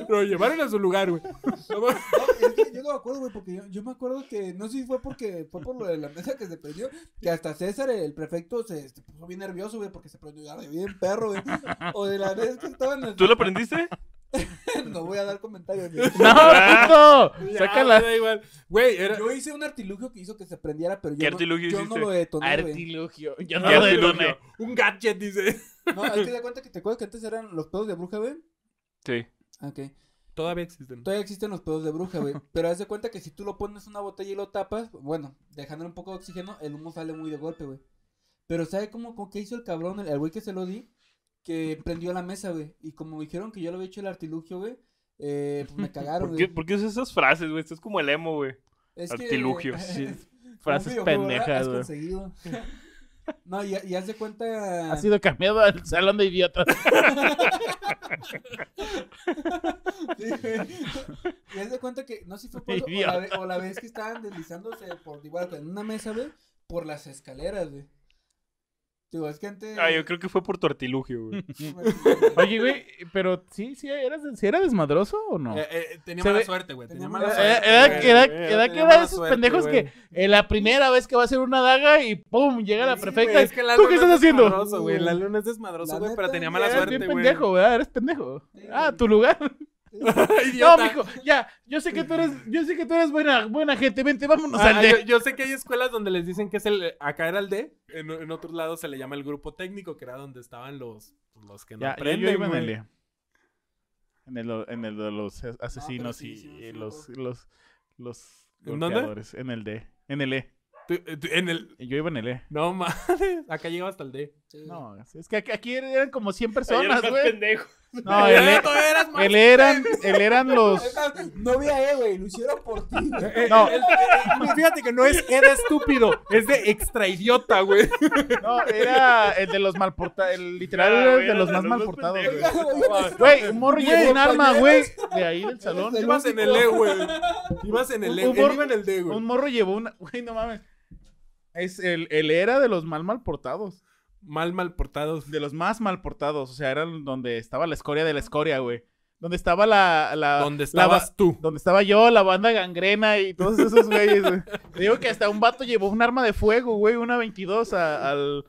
A: Lo llevaron a su lugar, güey.
D: no, es que yo no me acuerdo, güey, porque yo, yo me acuerdo que, no sé si fue porque fue por lo de la mesa que se prendió, que hasta César, el prefecto, se, se puso bien nervioso, güey, porque se prendió ya de bien perro, güey. O de la vez que estaban.
B: ¿Tú lo aprendiste?
D: No voy a dar comentarios, güey.
C: ¡No, puto!
A: Ya,
C: Sácala.
A: da igual. Güey, era,
D: Yo hice un artilugio que hizo que se prendiera, pero
B: ¿Qué
D: yo, no,
B: artilugio
D: yo no
B: hiciste?
D: lo detoné, güey.
C: Artilugio. Yo
B: Ya
C: no lo
B: te lo
C: detoné.
A: Un gadget, dice.
D: No, es que te cuenta que te acuerdas que antes eran los pedos de bruja, güey.
B: Sí.
D: Ah, Ok.
A: Todavía existen.
D: Todavía existen los pedos de bruja, güey. Pero haz de cuenta que si tú lo pones en una botella y lo tapas, bueno, dejándole un poco de oxígeno, el humo sale muy de golpe, güey. Pero ¿sabe cómo, con qué hizo el cabrón, el el güey que se lo di? Que prendió la mesa, güey. Y como dijeron que yo le había hecho el artilugio, güey, eh, pues me cagaron,
B: ¿Por qué,
D: güey.
B: ¿Por qué usas esas frases, güey? Esto es como el emo, güey.
D: Es que-
B: Artilugio.
C: Sí,
D: Como
C: frases
D: videojuego, ¿verdad?
C: pendejas,
D: Has
C: güey.
D: conseguido. No, y, y haz de cuenta...
C: Ha sido cambiado al salón de idiotas.
D: Sí, güey. Y haz de cuenta que, no sé si fue por eso, o la, ve- o la vez que estaban deslizándose por igual en una mesa, güey, por las escaleras, güey. Digo, es que antes.
B: Ah, yo creo que fue por tu artilugio, güey.
C: Oye, güey, pero sí, sí, eras, ¿sí era desmadroso o no?
A: Eh, eh, tenía
C: Se
A: mala
C: ve-
A: suerte, güey. Tenía
D: tenía
A: mala
D: mala
A: suerte.
C: Era, era-
A: güey.
C: era-
A: Tenía
C: era que era
A: mala
C: de esos
A: suerte,
C: pendejos
A: güey.
C: que eh, la primera vez que va a hacer una daga y ¡pum! Llega la
A: Sí,
C: perfecta.
A: güey,
C: y,
A: es que la
C: ¿Tú
A: luna
C: qué estás
A: es
C: haciendo?
A: desmadroso, güey. La eh, luna es desmadroso,
D: La
A: güey, pero
D: neta,
A: tenía mala
C: Eres
A: suerte,
C: bien
A: güey.
C: pendejo, ¿verdad? Eres pendejo.
D: Sí,
C: Ah,
D: güey.
C: tu lugar.
A: Idiota.
C: No, mijo, ya. Yo sé que tú eres, yo sé que tú eres buena, buena gente. Vente, vámonos
A: Ah,
C: al de.
A: yo, yo sé que hay escuelas donde les dicen que es el. Acá era el D. En, en otros lados se le llama el grupo técnico, que era donde estaban los, los que no
C: Ya, yo-
A: aprenden.
C: yo iba en
A: güey.
C: el día. En el, en el de los as- asesinos
D: sí,
C: y,
D: sí,
C: y
D: sí,
C: los,
D: me
C: los, los
A: ¿En dónde?
C: golpeadores. En el D. En el E.
A: Tú- eh, tú- en el-
C: Yo iba en el E.
A: No mames. Acá llegaba hasta el D.
D: Sí, güey.
C: No, es que aquí- aquí eran como 100
B: Ayer
C: personas,
B: más
C: güey.
B: pendejo.
C: No, el E,
A: Tú eras más-
C: el E eran, el E eran los...
D: Es más, No había E, güey, lo hicieron por ti. güey.
C: No,
A: El- el- el- fíjate que no es era estúpido, es de extra idiota, güey.
C: no, era el de los malportados, el literal
B: Ah,
C: era el
B: güey,
C: de
B: era
C: los
B: de
C: más
B: los más
C: malportados,
B: pendejos.
C: güey.
D: Güey,
C: Güey, un morro
D: Güey,
C: llevó un arma, güey,
D: compañeros.
C: de ahí del salón.
D: El
A: Ibas en el E, güey. Ibas en el E,
C: Un
A: él
C: humor-
A: iba en el D, güey.
C: Un morro llevó una... Güey, no mames. Es el, el E era de los mal malportados.
A: Mal, mal portados.
C: de los más mal portados. O sea, eran donde estaba la escoria de la escoria, güey. Donde estaba la. la
A: ¿Dónde
C: la ba-
A: estabas tú?
C: donde estaba yo, la banda gangrena y todos esos güeyes, güey. Te Digo que hasta un vato llevó un arma de fuego, güey, una 22 a- al.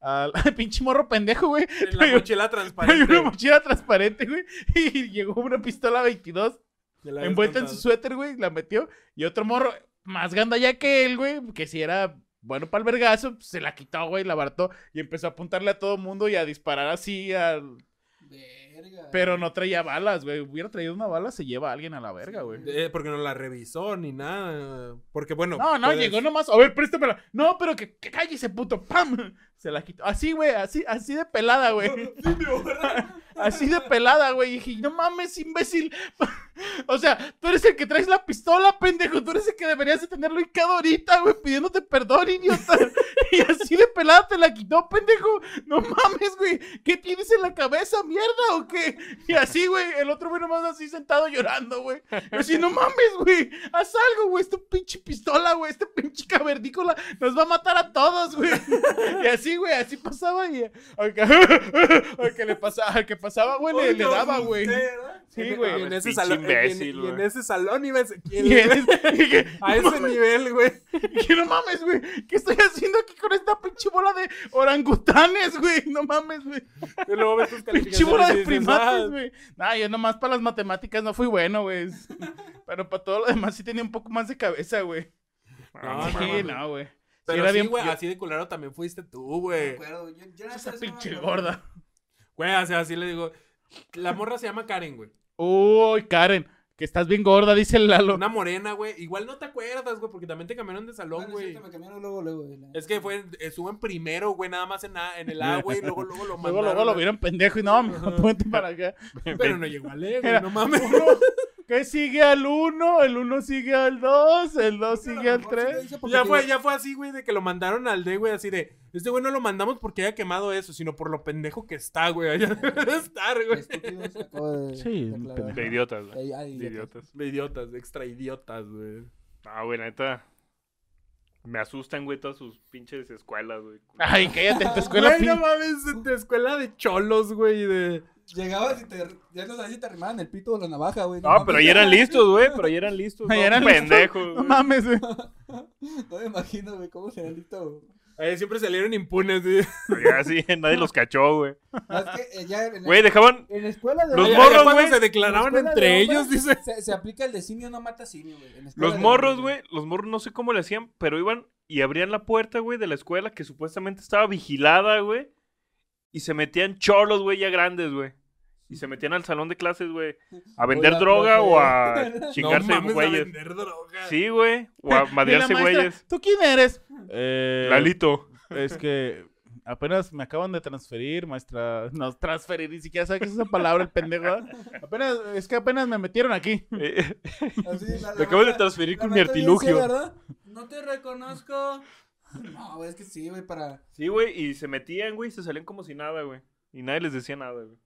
C: Al pinche morro pendejo, güey.
A: En la
C: Traía-
A: mochila
C: traía
A: transparente.
C: una mochila transparente, güey. Y llegó una pistola 22
A: Ya la habías
C: envuelta en su
A: contado.
C: suéter, güey. La metió. Y otro morro, más ganda ya que él, güey, que si era bueno para el vergazo, pues, se la quitó, güey, la abartó. Y empezó a apuntarle a todo mundo y a disparar así. al-
D: Verga.
C: Pero no traía balas, güey. Hubiera traído una bala, se lleva a alguien a la verga,
D: Sí,
C: güey.
A: Eh, porque no la revisó ni nada. Porque bueno. pues,
C: No, no,
A: puedes-
C: llegó nomás. A ver, préstamela. No, pero que, que calle ese puto. ¡Pam! Se la quitó. Así, güey, así, así de pelada, güey. así de pelada, güey. Y dije, no mames, imbécil. o sea, tú eres el que traes la pistola, pendejo. Tú eres el que deberías de tenerlo hincado ahorita, güey, pidiéndote perdón, idiota. y así de pelada te la quitó, pendejo. No mames, güey. ¿Qué tienes en la cabeza, mierda o qué? Y así, güey, el otro güey nomás así sentado llorando, güey. Yo así, no mames, güey. Haz algo, güey. Esta pinche pistola, güey. Este pinche cavernícola nos va a matar a todos, güey. Y así, güey, así pasaba. Y al que, al que le pasaba, al que pasaba, güey, le, le daba, güey. Sí,
A: Y en
C: güey.
A: ese
B: Pinche
A: salón. y en-
B: imbécil,
A: y, en,
B: güey.
A: ese salón ibas.
C: Y él- y que,
A: A ese nivel, güey.
C: que no mames, güey. ¿Qué estoy haciendo aquí con esta pinche bola de orangutanes, güey? No mames, güey.
A: Y luego ves tus
C: Pinche bola de
A: calificaciones y dices, "Ah,
C: primates, güey. Nah, yo nomás para las matemáticas no fui bueno, güey. Pero para todo lo demás sí tenía un poco más de cabeza, güey.
A: No, no,
C: sí,
A: no.
C: no, güey. Sí,
A: Pero
C: era
A: sí,
C: bien- Ah,
A: güey,
C: yo-
A: así de culero también fuiste tú,
D: Me
A: güey.
D: acuerdo, yo- yo neta,
C: esa
D: eso no me
C: pinche
D: acuerdo.
C: gorda.
A: Güey, o sea, así le digo. La morra se llama Karen, güey.
C: Uy, Karen, que estás bien gorda, dice el Lalo.
A: Una morena, güey. Igual no te acuerdas, güey, porque también te cambiaron de salón,
D: Bueno, Ah, es
A: güey.
D: cierto, me cambiaron luego, luego, güey, la-
A: es que fue, estuvo en primero, güey, nada más en, A- en el A, güey. y Luego, luego lo
C: luego,
A: mandaron.
C: luego lo
A: güey.
C: vieron pendejo y no, mijo, ponte para acá.
A: Pero no llegó al E,
C: Era-
A: güey, no mames.
C: Uno que sigue al 1, el 1 sigue al 2, el 2
D: Creo que
C: sigue
D: a lo
C: al
D: mejor sí lo
C: 3.
D: hice porque
A: Ya
D: te-
A: fue, ya fue así, güey, de que lo mandaron al D, güey, así de. Este güey no lo mandamos porque haya quemado eso, sino por lo pendejo que está, güey. Allá debe estar, güey.
D: Estúpidos, acabo de-
C: Sí,
D: de
C: un
D: aclarar.
C: pendejo.
B: De idiotas, güey.
D: Ay, ay,
B: De
D: idiota.
B: idiotas.
A: Idiotas, extra idiotas, güey.
B: No, güey, la neta. Me asustan, güey, todas sus pinches escuelas, güey.
C: Ay, cállate, en tu escuela
A: Güey,
C: pin...
A: no mames, de escuela de cholos, güey, de.
D: Llegabas y te, ya no sabías si te arrimaban el pito o la navaja, güey.
B: No, Ah, pero ahí
D: mames.
B: eran listos, güey. Pero ahí eran listos.
C: Ahí
B: ¿no?
C: eran listos.
B: pendejos,
C: No
B: güey.
C: mames, güey.
D: No me imagino, güey, cómo será el pito.
A: Eh, siempre salieron impunes, güey.
B: Ya, sí, nadie los cachó, güey.
D: No, es que eh, ya en,
B: Güey, dejaban.
D: en la escuela de
B: Los
A: Ay, ay,
B: morros,
A: cuando
B: güey,
A: se declaraban
D: en la escuela
A: entre
D: de
A: ellos,
D: hombres,
A: dice.
D: Se, se aplica el de simio no mata simio, güey. en la escuela
B: Los
D: de
B: morros,
D: hombres,
B: güey. Los morros no sé cómo le hacían, pero iban y abrían la puerta, güey, de la escuela que supuestamente estaba vigilada, güey. Y se metían cholos, güey, ya grandes, güey. Y se metían al salón de clases, güey. A vender
D: Hola,
B: droga
D: profe.
B: o a chingarse
A: no mames, a
B: güeyes.
A: vender droga.
B: Sí, güey. O a
C: Y la
B: madrearse
C: maestra,
B: güeyes.
C: ¿Tú quién eres? Eh,
B: Lalito.
C: Es que apenas me acaban de transferir, maestra. No, transferir, ni siquiera sabes qué es esa palabra, el pendejo. ¿verdad? Apenas, es que apenas me metieron aquí.
B: Eh,
D: Así, la- la
B: Me acabo de
D: maestra-
B: transferir
D: la
B: con mi
D: maestra bien seria,
B: artilugio.
D: ¿verdad? No te reconozco. No, güey, es que sí, güey, para.
B: Sí, güey. Y se metían, güey. y Se salían como si nada, güey. Y nadie les decía nada, güey.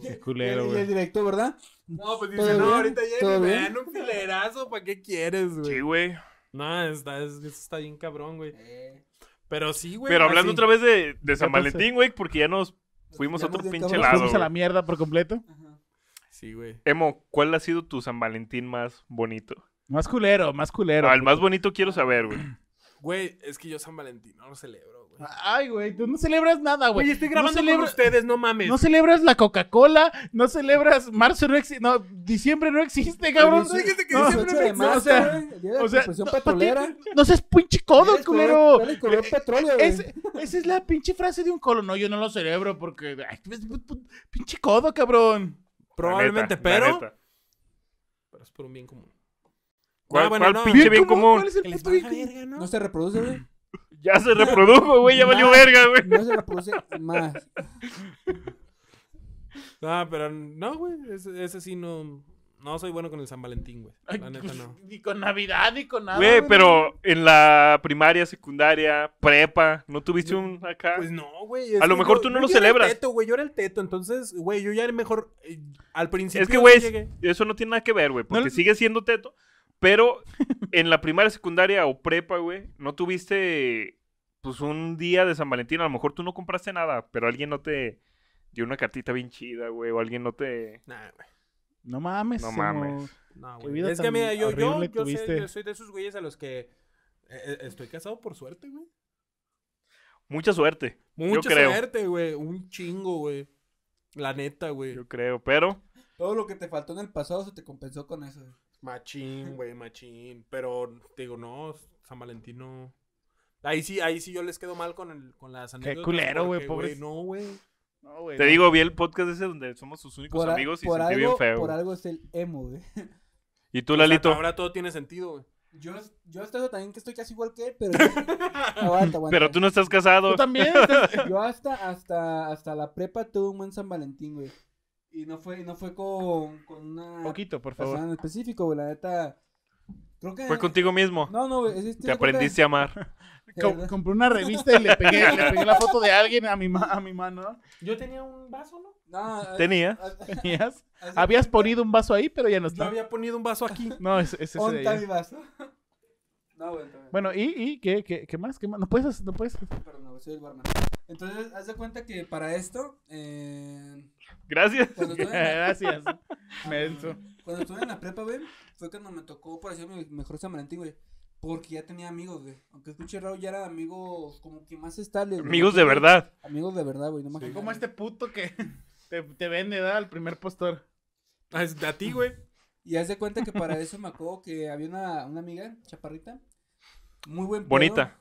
C: Qué
D: Y el,
C: culero,
D: y el
C: güey.
D: directo, ¿verdad?
A: No, pues
D: ¿Todo
A: dice, no,
D: bien?
A: ahorita ya
D: ¿Todo
A: me
D: bien?
A: dan un filerazo, ¿para qué quieres, güey?
B: Sí, güey.
A: No, está, es- eso está bien cabrón, güey.
D: Eh,
A: Pero sí, güey.
B: Pero hablando
A: así-
B: otra vez de, de
C: Ya
B: San
C: pasé.
B: Valentín, güey, porque ya nos fuimos a
D: Ya
B: otro
D: nos
B: pinche
D: dedicamos-
B: lado.
C: Fuimos a la
B: güey.
C: mierda por completo.
D: ajá.
A: Sí, güey.
B: Emo, ¿cuál ha sido tu San Valentín más bonito?
C: Más culero, más culero.
B: Al más bonito quiero saber, güey.
A: Güey, es que yo San Valentín no lo celebro, güey.
C: Ay, güey, tú no celebras nada, Ah, güey.
A: Oye, estoy
C: No
A: grabando con
C: celebra-
A: ustedes, no mames.
C: No celebras la Coca-Cola, no celebras marzo no existe, no, diciembre no existe, cabrón.
A: Sí, fíjate que
C: No,
A: diciembre
D: Ocho de
C: no, o
D: marzo,
C: sea,
D: güey, el día de la
C: o sea,
D: expresión
C: no,
D: Pues, petrolera.
C: pa' ti- no seas pinche codo,
D: Dale,
C: culero. Eh,
D: dale, color petróleo, güey.
C: Es- esa es la pinche frase de un colo. No, yo no lo celebro porque. ay, pu- pu- pu- pinche codo, cabrón.
A: Probablemente,
B: La neta, la
A: pero.
B: neta.
A: Pero es por un bien común.
B: ¿Cuál-
A: Ah, bueno,
B: cuál
A: no.
B: pinche bien común?
C: ¿Cuál es el
A: Que les
C: puto
A: valga
C: bien común?
A: verga, ¿no?
D: No se reproduce, güey.
B: Ya se reprodujo, güey, ya valió
D: Nah.
B: verga, güey.
D: No se reproduce más.
A: Ah, pero no, güey. Ese, ese sí no. No soy bueno con el San Valentín, güey.
C: Ay,
A: La neta
C: pues,
A: no.
C: Ni con Navidad, ni con nada.
B: Güey,
C: güey.
B: pero en la primaria, secundaria, prepa, ¿no tuviste un acá?
A: Pues no, güey. es
B: A lo
A: que
B: mejor
A: yo-
B: tú no
A: yo
B: lo
A: era
B: celebras.
A: el teto, güey. Yo era el teto. Entonces, güey, yo ya era mejor. eh, al principio.
B: es que,
A: sí
B: güey, es-
A: llegué.
B: eso no tiene nada que ver, güey, porque
C: le-
B: sigue siendo teto. Pero en la primaria, secundaria o prepa, güey, no tuviste, pues, un día de San Valentín. A lo mejor tú no compraste nada, pero alguien no te dio una cartita bien chida, güey, o alguien no te...
A: Nah, güey.
C: No mames.
B: No
C: Emo.
B: mames.
A: No,
C: Qué
A: güey.
C: vida
A: Es que,
C: tan
A: mira, yo, yo,
C: horrible
A: yo, sé-
C: tuviste.
A: yo soy de esos güeyes a los que. eh, eh, estoy casado por suerte, güey.
B: Mucha suerte,
A: Mucha
B: creo.
A: suerte, güey. Un chingo, güey. La neta, güey.
B: yo creo, pero...
D: Todo lo que te faltó en el pasado se te compensó con eso. güey.
A: Machín, güey, machín. Pero te digo, no, San Valentín no. Ahí sí, ahí sí yo les quedo mal con, el, con las anécdotas.
C: culero, güey,
A: porque,
C: pobres.
A: No, güey.
C: No, güey,
B: Te
C: no.
B: digo, vi el podcast ese donde somos sus únicos
D: Por, a-
B: amigos y
D: por
B: sentí
D: algo,
B: bien feo.
D: por
B: güey.
D: algo es el emo, güey.
B: Y tú,
A: O sea,
B: Lalito,
A: ahora todo tiene sentido, güey.
D: Yo, yo hasta eso también que estoy casi igual que él, pero... aguanta, aguanta.
B: pero tú no estás
C: Tú
B: casado.
C: también. estás-
D: Yo hasta, hasta, hasta la prepa tuve un buen San Valentín, güey. Y no fue, no fue con, con una
C: Poquito, por
D: persona
C: favor.
D: en específico, güey. La neta. Creo que.
B: Fue contigo mismo.
D: No, no, güey. es- este, es-
B: Te aprendiste a amar.
C: Com- compré una revista y le pegué, le pegué la foto de alguien a mi, ma- a mi mano.
A: Yo tenía un vaso, ¿no?
D: No, eh,
B: Tenía.
D: haz- haz-
C: Tenías-
D: haz-
C: Habías ponido un vaso ahí, pero ya no
A: Yo
C: está.
A: había ponido un vaso aquí.
C: No, es, es ese de
D: Onta
C: allá.
D: mi vaso. No, güey. está bien.
C: Bueno, ¿y, y qué, qué, qué más? ¿Qué más? No puedes, no puedes.
D: Perdón, güey, soy el barman. Entonces, haz de cuenta que para esto. eh,
B: Gracias.
D: cuando, estuve en la,
C: Gracias. Menso.
D: cuando estuve en la prepa, güey. Fue cuando me tocó, por decir, mi mejor San Valentín, güey. Porque ya tenía amigos, güey. Aunque escuché raro, ya eran amigos como que más estables. güey.
B: Amigos de verdad.
D: Amigos de verdad, güey. No me
C: Soy
D: jodas,
C: como
D: güey.
C: este puto que te, te vende, da al primer postor.
A: Ah, es de a ti, güey.
D: Y haz de cuenta que para eso me acuerdo que había una, una amiga, chaparrita, muy buen pedo.
B: Bonita.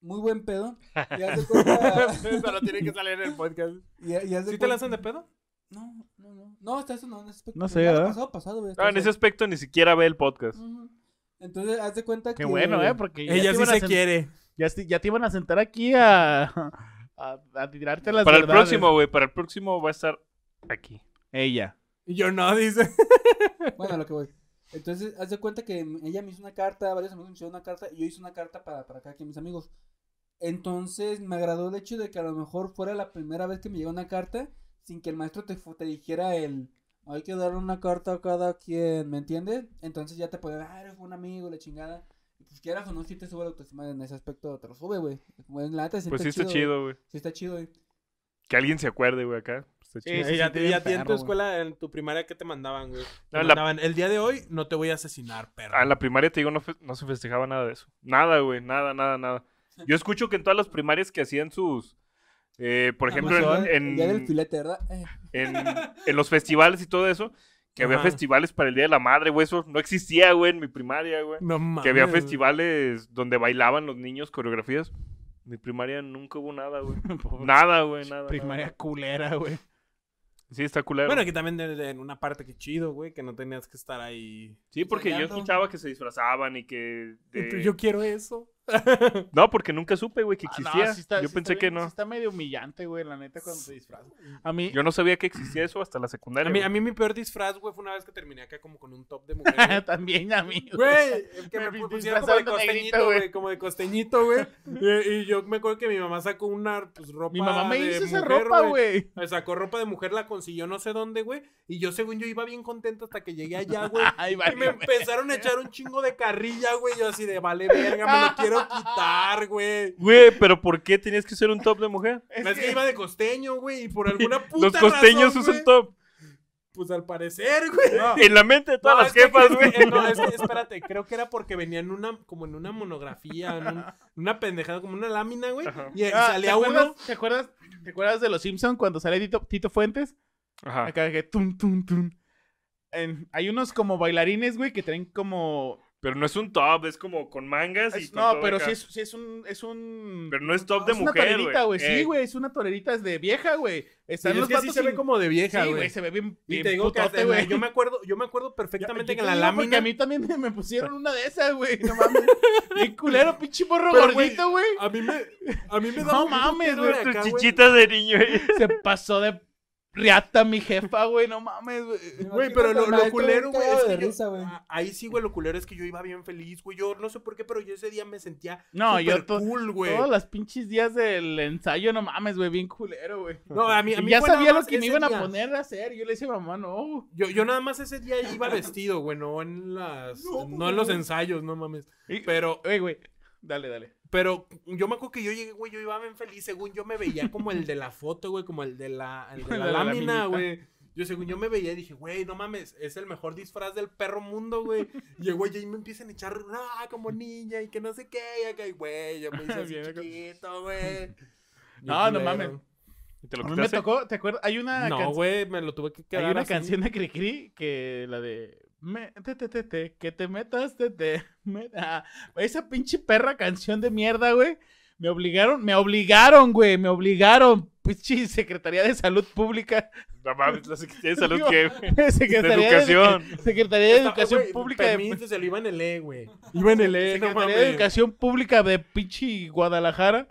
D: Muy buen pedo. Y haz de cuenta.
A: Eso no tiene que salir en el podcast.
D: y, y haz de
A: ¿Sí te
D: cuenta-
A: lanzan de pedo?
D: No, no, no. No, hasta eso no. No, es-
C: No sé,
D: ya lo
C: ¿verdad?
D: Pasado, pasado, güey.
B: Ah, No, en ese
D: entonces-
B: aspecto ni siquiera ve el podcast.
D: Ujú. Entonces, haz de cuenta que.
C: Qué bueno, ¿eh? Porque ya
A: Ella
C: te
A: sí
C: iban a
A: se
C: sen-
A: quiere.
C: Ya, te- ya te iban a sentar aquí a, a, a tirarte las
B: Para el
C: verdades.
B: próximo, güey. Para el próximo va a estar aquí.
C: Ella.
A: Y yo no, dice.
D: Bueno, a lo que voy. Entonces, haz de cuenta que m- ella me hizo una carta, varios amigos me hicieron una carta, y yo hice una carta para, para cada quien de mis amigos. Entonces, me agradó el hecho de que a lo mejor fuera la primera vez que me llegó una carta sin que el maestro te, fu- te dijera el. Hay que dar una carta a cada quien, ¿me entiendes? Entonces ya te podían, ah, eres un amigo, la chingada. Y pues quieras o no, si te sube la autoestima en ese aspecto, te lo sube, güey. Pues, la neta, sí
B: Pues sí está
D: güey.
B: chido, güey.
D: Sí está chido, güey.
B: Que alguien se acuerde, güey, acá. Está
C: Sí,
B: chido.
A: Y
C: se
A: ya,
C: siente
A: y
C: bien
A: a ti en tu
C: perro, güey.
A: escuela, en tu primaria, ¿qué te mandaban, güey? Te
B: No, la-
A: mandaban, el día de hoy no te voy a asesinar, perro.
B: Ah, en la primaria te digo, no, fe- no se festejaba nada de eso. Nada, güey. Nada, nada, nada. Yo escucho que en todas las primarias que hacían sus. eh,
D: Ah,
B: por ejemplo, en,
D: Además, el día- el día del
B: en,
D: filete, ¿verdad? Eh,
B: en, en los festivales y todo eso, que había
A: Ajá.
B: festivales para el Día de la Madre, güey. Eso no existía, güey, en mi primaria, güey.
A: No mames.
B: Que había
A: güey.
B: festivales donde bailaban los niños coreografías. En mi primaria nunca hubo nada, güey.
C: Pobre
B: Nada, güey, nada.
C: Primaria culera, güey.
B: nada. Sí, está culero.
A: Bueno, aquí también de- de- en una parte que chido, güey, que no tenías que estar ahí.
B: sí, porque yo
D: Bailando.
B: escuchaba que se disfrazaban y que... de-
A: Entonces, Yo quiero eso.
B: No, porque nunca supe, güey, que
C: Ah, no,
B: existía.
C: sí está-
B: yo
C: sí
B: pensé
C: está
B: que
C: bien- sí
B: no.
C: está medio humillante, güey, la neta, cuando se disfraza. A mí,
B: Yo no sabía que existía eso hasta la
A: A
B: secundaria.
A: mí,
B: güey.
A: a mí mi peor disfraz, güey, fue una vez que terminé acá como con un top de mujer. güey.
C: también a mí. güey.
A: Güey, que
C: Me
A: me,
C: vi
A: pusieron como de
C: disfrazado de negrito,
A: costeñito,
C: güey.
A: güey, como de costeñito, güey. y, y yo me acuerdo que mi mamá sacó una pues, ropa
C: Mi mamá me
A: de
C: hizo esa
A: mujer,
C: ropa, güey.
A: Me Sacó ropa de mujer, la consiguió no sé dónde, güey. Y yo, según yo, iba bien contento hasta que llegué allá, güey.
C: Ay,
A: Y me
C: vale, güey.
A: empezaron a echar un chingo de carrilla, güey. Yo así de, vale, verga, me lo quiero quitar, güey.
B: Güey, pero ¿por qué tenías que ser un top de mujer?
A: Es, que... iba de costeño, güey, y por alguna puta
B: Los costeños
A: razón,
B: usan
A: güey,
B: top.
A: Pues al parecer, güey.
B: En la mente de todas
A: No,
B: las
A: es que-
B: jefas,
A: es que-
B: güey.
A: eh, no, es que, espérate, creo que era porque venía en una, como en una monografía, en un- una pendejada, como una lámina, güey.
B: Ajá.
A: Y eh,
C: Ah, ¿te
A: salía
C: acuerdas-
A: uno.
C: ¿Te acuerdas? ¿Te acuerdas de los Simpsons cuando sale Tito, Tito Fuentes?
A: Ah.
B: Ajá.
C: Acá que tum, tum, tum. En- hay unos como bailarines, güey, que traen como...
B: Pero no es un top, es como con
A: Ah,
B: mangas y
C: Es-
B: con
C: no,
B: todo
C: pero
B: acá.
C: sí es, sí es un... Es un...
B: Pero no es top de
C: es una
B: mujer,
C: torerita, güey. Sí,
B: Ey.
C: güey, es una torerita es de vieja, güey.
A: Sí,
C: Están
A: es
C: los
A: que sí se ve
C: sin-
A: como de vieja,
C: Sí,
A: güey.
C: güey, se ve bien,
A: y
C: bien
A: te digo que
C: putote,
A: hasta en la-
C: güey.
A: yo me acuerdo, yo me acuerdo perfectamente que en la lámina.
C: Porque a mí también me, me pusieron una de esas, güey. No mames. Bien culero, pinche morro
A: Pero,
C: gordito, güey.
A: a mí me, a mí me
C: No
A: daba un
C: mames,
A: putero
C: güey,
A: de
B: Tus
A: acá, güey.
B: chichitas de niño, güey.
C: Se pasó de riata mi jefa, güey. No mames, güey.
A: Güey, pero lo, lo culero, güey. es
D: de
A: que yo-
D: risa, güey.
A: ah, ahí sí, güey, lo culero es que yo iba bien feliz, güey. Yo no sé por qué, pero yo ese día me sentía
C: No,
A: súper
C: yo to-
A: cool, güey.
C: Todos los pinches días del ensayo, no mames, güey. Bien culero, güey.
A: No, a mí, a
C: Y
A: mí
C: ya
A: fue nada
C: sabía lo
A: más
C: que me
A: ese
C: iban a
A: día.
C: poner a hacer. Yo le dije, mamá, no.
A: Yo, yo nada más ese día iba vestido, güey, no en las. No, en los ensayos, no mames.
C: Y-
A: Pero,
C: Güey, eh, güey. Dale, dale.
A: pero yo me acuerdo que yo llegué, güey, yo iba bien feliz, según yo me veía como el de la foto, güey, como el de la, el de la
C: La laminita.
A: lámina, güey. Yo según yo me veía y dije, güey, no mames, es el mejor disfraz del perro mundo, güey. Y güey, y ahí me empiezan a echar, ah, como niña y que no sé qué, y acá, y, güey, yo me hice así
C: Bien acá.
A: chiquito, güey.
C: No, no
A: Culero.
C: mames.
B: Y te
C: A
B: lo
C: mí me
B: quitaste.
C: tocó, ¿te acuerdas? Hay una
A: No,
C: canción-
A: güey, me lo tuve que quedar
C: Hay una
A: así.
C: canción de Cricri que la de. me- te, te, te, te, que te metas, te, te, me- ah, esa pinche perra canción de mierda, güey. Me obligaron, me obligaron, güey, me obligaron. Pinche Secretaría de Salud Pública.
B: No mames, la Secretaría de Salud,
C: Digo,
B: ¿qué, güey?
C: Secretaría de
B: Educación.
C: Secretaría de
A: Está-
C: Educación
A: güey, pues,
C: Pública
A: permiso,
C: de.
A: se lo iba en el E, güey. Iba en el E, no
C: Secretaría
A: mames.
C: de Educación Pública de pinche Guadalajara.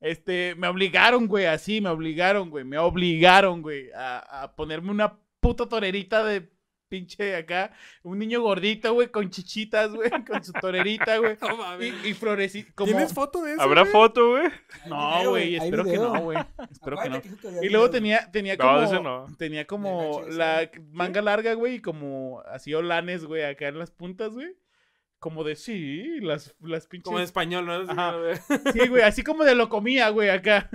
C: Este, me obligaron, güey, así, me obligaron, güey, me obligaron, güey, a, a ponerme una puta torerita de pinche acá. Un niño gordito, güey, con chichitas, güey, con su torerita, güey.
A: No mames.
C: Y, y florecita, como...
A: ¿Tienes foto de eso?
B: ¿Habrá
A: güey?
B: foto, güey?
C: No, güey,
D: video, güey, hay
C: espero que
D: video.
C: no, güey. Espero que no.
D: Acuérdate que dijo que había
C: Y luego
D: video,
C: tenía, tenía
B: No,
C: como...
B: ese no.
C: Tenía como
D: De la
C: la manga larga, güey, y como así olanes, güey, acá en las puntas, güey. Como de, sí, las, las pinches...
A: Como en español, ¿no?
C: Ajá.
A: Sí, güey.
C: Sí, güey, así como de lo comía, güey, acá.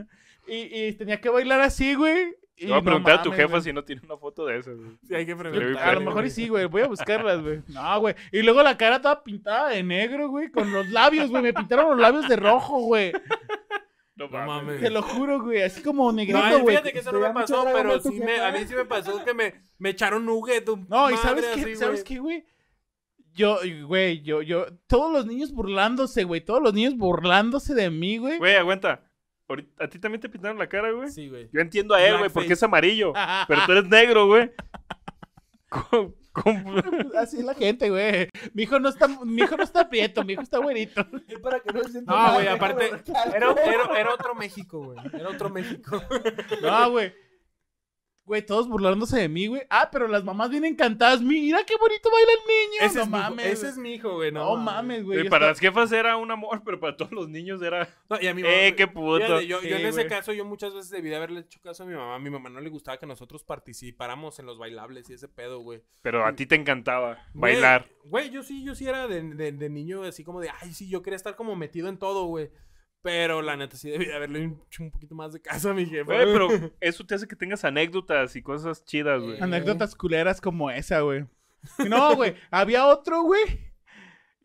C: Y, y tenía que bailar así, güey. Y
B: Te voy a
C: no
B: preguntar a tu
C: mames,
B: jefa
C: güey.
B: si no tiene una foto de eso, güey.
A: Sí, hay que
B: Le voy
A: preguntar.
C: A lo mejor y sí, güey. Voy a buscarlas, güey. No, güey. Y luego la cara toda pintada de negro, güey. Con los labios, güey. Me pintaron los labios de rojo, güey.
B: No
A: No
B: mames.
A: mames.
C: Te lo juro, güey. Así como
A: No,
C: negrito,
A: y
C: güey.
A: fíjate que eso no me
D: Te da mucho
A: pasó,
D: drama
A: pero
D: tu
A: sí me,
D: jefa.
A: a mí sí me pasó que me, me echaron nugget. un
C: No, y
A: madre
C: ¿sabes qué?
A: así, güey.
C: ¿Sabes qué, güey? Yo, güey, yo, yo. Todos los niños burlándose, güey. Todos los niños burlándose de mí, güey.
B: Güey, aguanta. Ahorita- ¿A ti también te pintaron la cara, güey?
A: Sí, güey.
B: Yo entiendo a él, güey,
A: Blackface.
B: porque es amarillo. Pero tú eres negro, güey. ¿Cómo- cómo-
C: Así es la gente, güey. Mi hijo no está, mi hijo no está prieto, mi hijo está güerito.
D: Es para que no se sienta
A: No,
D: mal,
A: güey,
D: déjalo
A: aparte,
D: recalco.
A: Era, era, era otro México, güey. Era otro México.
C: No, güey. Güey, todos burlándose de mí, güey. Ah, pero las mamás vienen encantadas. Mira qué bonito baila el niño.
A: Ese,
C: no
A: es mi,
C: mames.
A: hijo- ese es mi hijo, güey.
C: no,
A: No,
C: mames, güey.
B: Güey,
C: Yo
B: para las
C: estaba-
B: jefas era un amor, pero para todos los niños era.
A: No, y a mi mamá,
B: ¡Eh,
A: güey.
B: qué puto!
A: Fíjate, yo, yo
C: Sí,
A: en ese
C: güey.
A: caso, yo muchas veces debí de haberle hecho caso a mi mamá. A mi mamá no le gustaba que nosotros participáramos en los bailables y ese pedo, güey.
B: Pero a ti te encantaba
A: Güey,
B: bailar.
A: Güey, yo sí, yo sí era de, de- de niño así como de, ay, sí, yo quería estar como metido en todo, güey. Pero la neta sí debí de haberle hecho un poquito más de caso a mi jefe.
B: Güey, pero eso te hace que tengas anécdotas y cosas chidas, güey.
C: Anécdotas culeras como esa, güey. No, güey. Había otro, güey.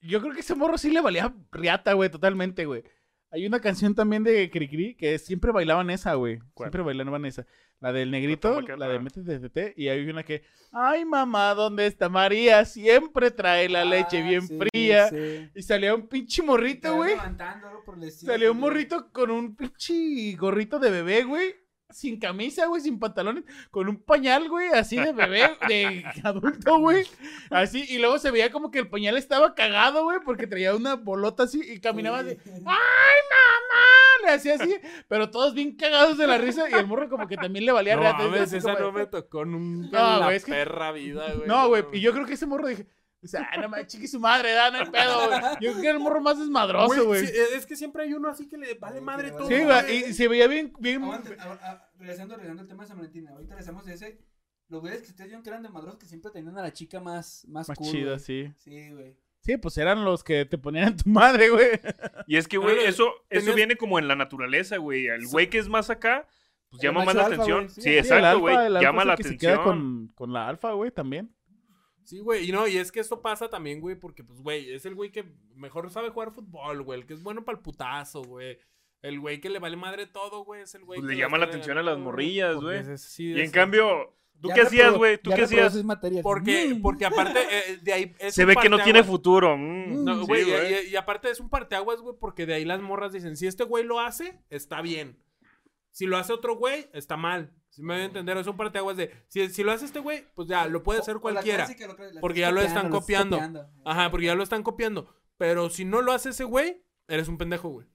C: Yo creo que ese morro sí le valía riata, güey, totalmente, güey. Hay una canción también de Cricri que siempre bailaban esa, güey.
B: ¿Cuál?
C: Siempre bailaban esa. La del negrito,
B: Maca-
C: la de
B: ah.
C: métete tete, y hay una que, ay mamá, ¿dónde está María? Siempre trae la leche
D: Ah,
C: bien
D: sí,
C: fría.
D: sí.
C: Y salía un pinche
D: Te
C: morrito,
D: van
C: güey.
D: levantando, algo por el estilo,
C: Salió un
D: güey.
C: morrito con un pinche gorrito de bebé, güey. sin camisa, güey, sin pantalones, con un pañal, güey, así de bebé, de adulto, güey. Así, y luego se veía como que el pañal estaba cagado, güey, porque traía una bolota así y caminaba así. ¡Ay, mamá! Le hacía así, pero todos bien cagados de la risa y el morro como que también le valía
A: No,
C: reata,
A: mames,
C: así
A: esa
C: como de-
A: no me tocó nunca
C: No,
A: en la
C: güey, es que-
A: perra vida, güey.
C: No, güey, y yo creo que ese morro dije, o sea, "Ah, no mames, chiqui su madre, da, no hay pedo, güey. Yo creo que era el morro más desmadroso,
A: Güey,
C: güey.
A: sí, es que siempre hay uno así que le vale
D: Sí,
A: madre
D: que le
A: todo.
C: Sí, güey, y se veía bien, bien,
D: Aguante, a- a- regresando, regresando al tema de San Valentín, ahorita regresamos a ese. Los güeyes que ustedes vieron que eran de madros que siempre tenían a la chica más, más,
C: más
D: cool,
C: chido,
D: güey.
C: sí.
D: Sí, güey.
C: Sí, pues eran los que te ponían en tu madre, güey.
B: Y es que, güey,
A: No, no,
B: eso, eso
A: tenías-
B: viene como en la naturaleza, güey. El
A: Sí.
B: güey que es más acá, pues
D: El
B: llama más
D: macho
B: la
D: alfa, güey,
B: atención.
D: sí,
B: Sí,
D: sí, el
B: exacto, güey.
C: el alfa
B: Llama
C: es
B: la
C: el que se queda
B: atención.
C: con, con la alfa, güey, también.
A: Sí, güey, y no, y es que eso pasa también, güey, porque, pues, güey, es el güey que mejor sabe jugar fútbol, güey, el que es bueno para el putazo, güey. El güey que le vale madre todo, güey, es el güey
B: Pues
A: que
B: le
A: las
B: llama la
A: tiene
B: atención a las
A: todo,
B: morrillas,
A: porque
B: güey.
A: es así de
B: Y en
A: ese-
B: cambio, ¿tú
D: Ya
B: qué hacías,
D: reprodu-
B: güey? ¿Tú
D: ya
B: qué hacías?
D: reproduces materias.
A: Porque,
D: Mm.
A: porque aparte, eh, de ahí... es
B: Se
A: un
B: ve que no tiene
A: parteaguas.
B: futuro. mm,
A: No,
B: sí,
A: güey, y-
B: güey.
A: y, y aparte es un parteaguas, güey, porque de ahí las morras dicen, si este güey lo hace, está bien. Si lo hace otro güey, está mal. Si me voy a entender, es un parteaguas de, si, si lo hace este güey, pues ya, lo puede
D: O-
A: hacer
D: o la
A: cualquiera.
D: clásica, lo que- la
A: porque ya lo están copiando. Ajá, porque ya lo están copiando. Pero si no lo hace ese güey, eres un pendejo, güey.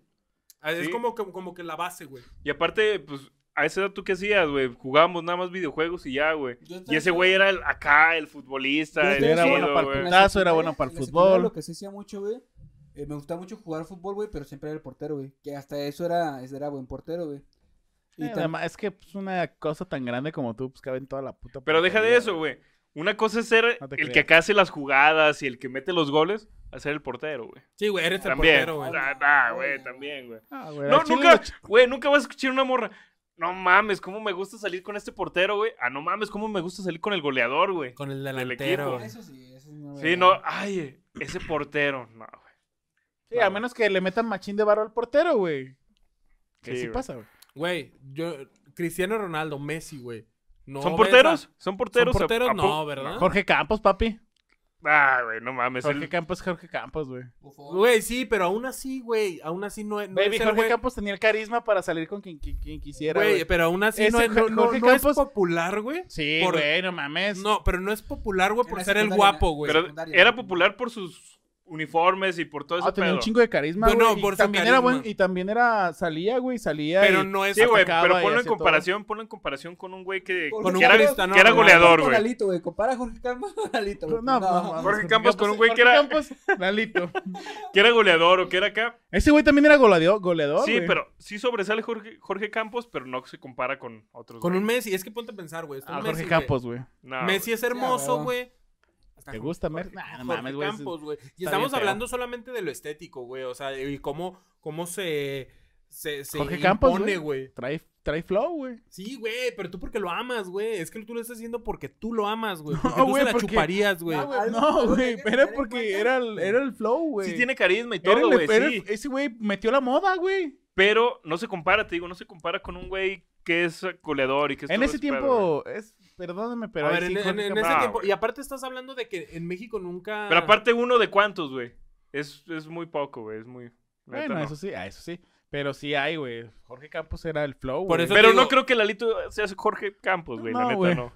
A: Ah, Es
B: Sí.
A: como, que, como que la base, güey.
B: Y aparte, pues, a esa edad tú qué hacías, güey. Jugábamos nada más videojuegos y ya, güey.
D: Yo estoy-
B: Y ese güey era el acá, el futbolista,
D: Yo
B: el
D: estoy
C: era
B: chido,
C: bueno para el
B: güey.
D: En la
C: putazo,
D: secundaria-
C: era bueno para el
D: en la secundaria
C: fútbol.
D: Lo que se hacía mucho, güey. eh, me gustaba mucho jugar fútbol, güey, pero siempre era el portero, güey. Que hasta eso era, ese era buen portero, güey. Y
C: Eh,
D: tam-
C: además, es que pues, una cosa tan grande como tú, pues cabe en toda la puta.
B: Pero deja de
C: portería,
B: eso, güey. Una cosa es ser
C: No te
B: el
C: creas.
B: que acá hace las jugadas y el que mete los goles, a ser el portero, güey.
A: Sí, güey, eres el
B: También.
A: portero, güey.
B: Ah, ah, güey, también, güey.
C: Ah, güey,
B: No,
C: al chile
B: nunca,
C: los ch-
B: güey, nunca vas a escuchar una morra. No mames, cómo me gusta salir con este portero, güey. Ah, no mames, cómo me gusta salir con el goleador, güey.
A: Con el
B: equipo.
A: delantero. güey.
D: Eso sí, eso sí.
B: Sí, no, ay, ese portero, no, güey.
C: Sí, a menos que le metan machín de barro al portero, güey. Que
B: Sí,
C: sí
B: güey.
C: pasa, güey.
A: Güey, yo... Cristiano Ronaldo, Messi, güey. No
B: ¿Son
A: ves
B: porteros?
A: a-
B: ¿Son porteros?
A: ¿Son porteros?
B: ¿A- a po-
A: No, ¿verdad?
C: Jorge Campos, papi.
B: Ah, güey, no mames.
C: Jorge
B: el-
C: Campos, Jorge Campos, güey.
A: Güey, sí, pero aún así, güey. Aún así no, no
C: Baby,
A: es el
C: Jorge
A: güey-
C: Campos tenía el carisma para salir con quien, quien- quien quisiera,
A: güey,
C: güey.
A: pero aún así
C: Ese
A: no, es- no-
C: Jorge
A: no- no es
C: Campos-
A: popular, güey.
C: Sí,
A: por-
C: güey, no mames.
A: No, pero no es popular, güey,
D: En
A: por
D: la
A: ser el
D: secundaria,
A: guapo, güey.
B: Pero
D: secundaria,
B: era
D: güey.
B: popular por sus uniformes y por todo ese
C: Ah, tenía
B: pedo.
C: un chingo de carisma,
A: Bueno,
C: güey, y
A: por su
C: también era
A: carisma.
C: buen y también era salía, güey, salía
A: Pero
C: y-
A: no es
B: Sí, güey,
C: atacaba
B: pero
C: y
B: ponlo en
C: hacía todo.
B: comparación, ponlo en comparación con un güey que,
D: Con
B: que
A: un
B: era,
A: Cristiano
B: que era
A: Ronaldo.
B: goleador,
D: Con
B: güey.
D: Lalito, güey. Compara a Jorge Campos con Lalito, güey.
C: No, no, mames,
B: Jorge Campos con un güey que
C: Jorge
B: era-
C: Campos, Lalito.
B: Que era goleador o que era acá.
C: Ese güey también era goleador, goleador
B: Sí,
C: güey.
B: pero sí sobresale Jorge, Jorge Campos, pero no se compara con otros.
A: Con
B: güey.
A: un Messi, es que ponte a pensar, güey. está
C: Ah,
A: un
C: Jorge
A: Messi, güey.
C: Campos, Ah, güey.
B: No,
A: Messi es
D: Ya,
A: hermoso,
D: huevo.
A: güey. Hasta
C: ¿Te
A: Jorge-
C: gusta Messi?
A: Jorge-
C: Nah, no
A: Jorge
C: mames, güey,
A: Campos, güey. Y
C: bien
A: estamos
C: feo.
A: hablando solamente de lo estético, güey. O sea, y cómo, cómo se, se, se
C: Jorge Campos,
A: impone, güey.
C: Trae trae flow, güey.
A: Sí, güey, pero tú porque lo amas, güey. Es que tú lo estás haciendo porque tú lo amas, güey.
C: No,
A: Porque tú
C: güey,
A: se la
C: porque-
A: chuparías, güey.
C: Ah, güey,
D: Algo-
C: No,
D: algo
C: güey,
D: que
C: pero
D: tener en
C: porque
D: cuenta.
C: era el era el flow, güey.
B: Sí tiene carisma y
C: Era
B: todo,
C: el-
B: güey,
C: era
B: sí.
C: el- ese güey metió la moda, güey.
B: Pero no se compara, te digo, no se compara con un güey que es goleador y que es
C: En
B: todo
C: ese
B: ese pedo, güey.
C: tiempo es perdóname, pero
A: a
C: ahí
A: ver,
C: sí
A: en, en-
C: Jorge
A: en
C: Campos-
A: ese
B: Ah,
A: tiempo.
B: güey.
A: Y aparte estás hablando de que en México nunca.
B: Pero aparte uno de cuántos, güey. Es, es muy poco, güey, es muy... la neta,
C: Bueno,
B: no.
C: eso sí, ah, eso sí. Pero sí hay, güey. Jorge Campos era el flow,
A: Por
C: güey.
A: eso-
B: Pero
A: digo-
B: no creo que Lalito sea Jorge Campos, güey,
C: No,
B: la neta,
C: güey.
B: no.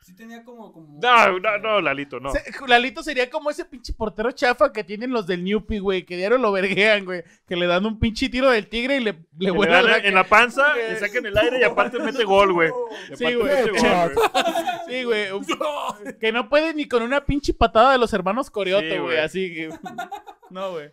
D: Sí tenía como... como...
B: No, no, no, Lalito, no.
C: Se- Lalito sería como ese pinche portero chafa que tienen los del Newpi, güey, que diario lo verguean, güey, que le dan un pinche tiro del tigre y le, le
B: Que le
C: vuelan
B: dan
C: la-
B: en la panza,
C: Güey.
B: le sacan el aire y aparte mete gol, güey. Y
C: Sí,
B: aparte
C: güey.
B: mete gol, güey.
C: Sí, güey, un- que no puede ni con una pinche patada de los hermanos Corioto,
B: Sí,
C: güey,
B: güey.
C: así que no, güey.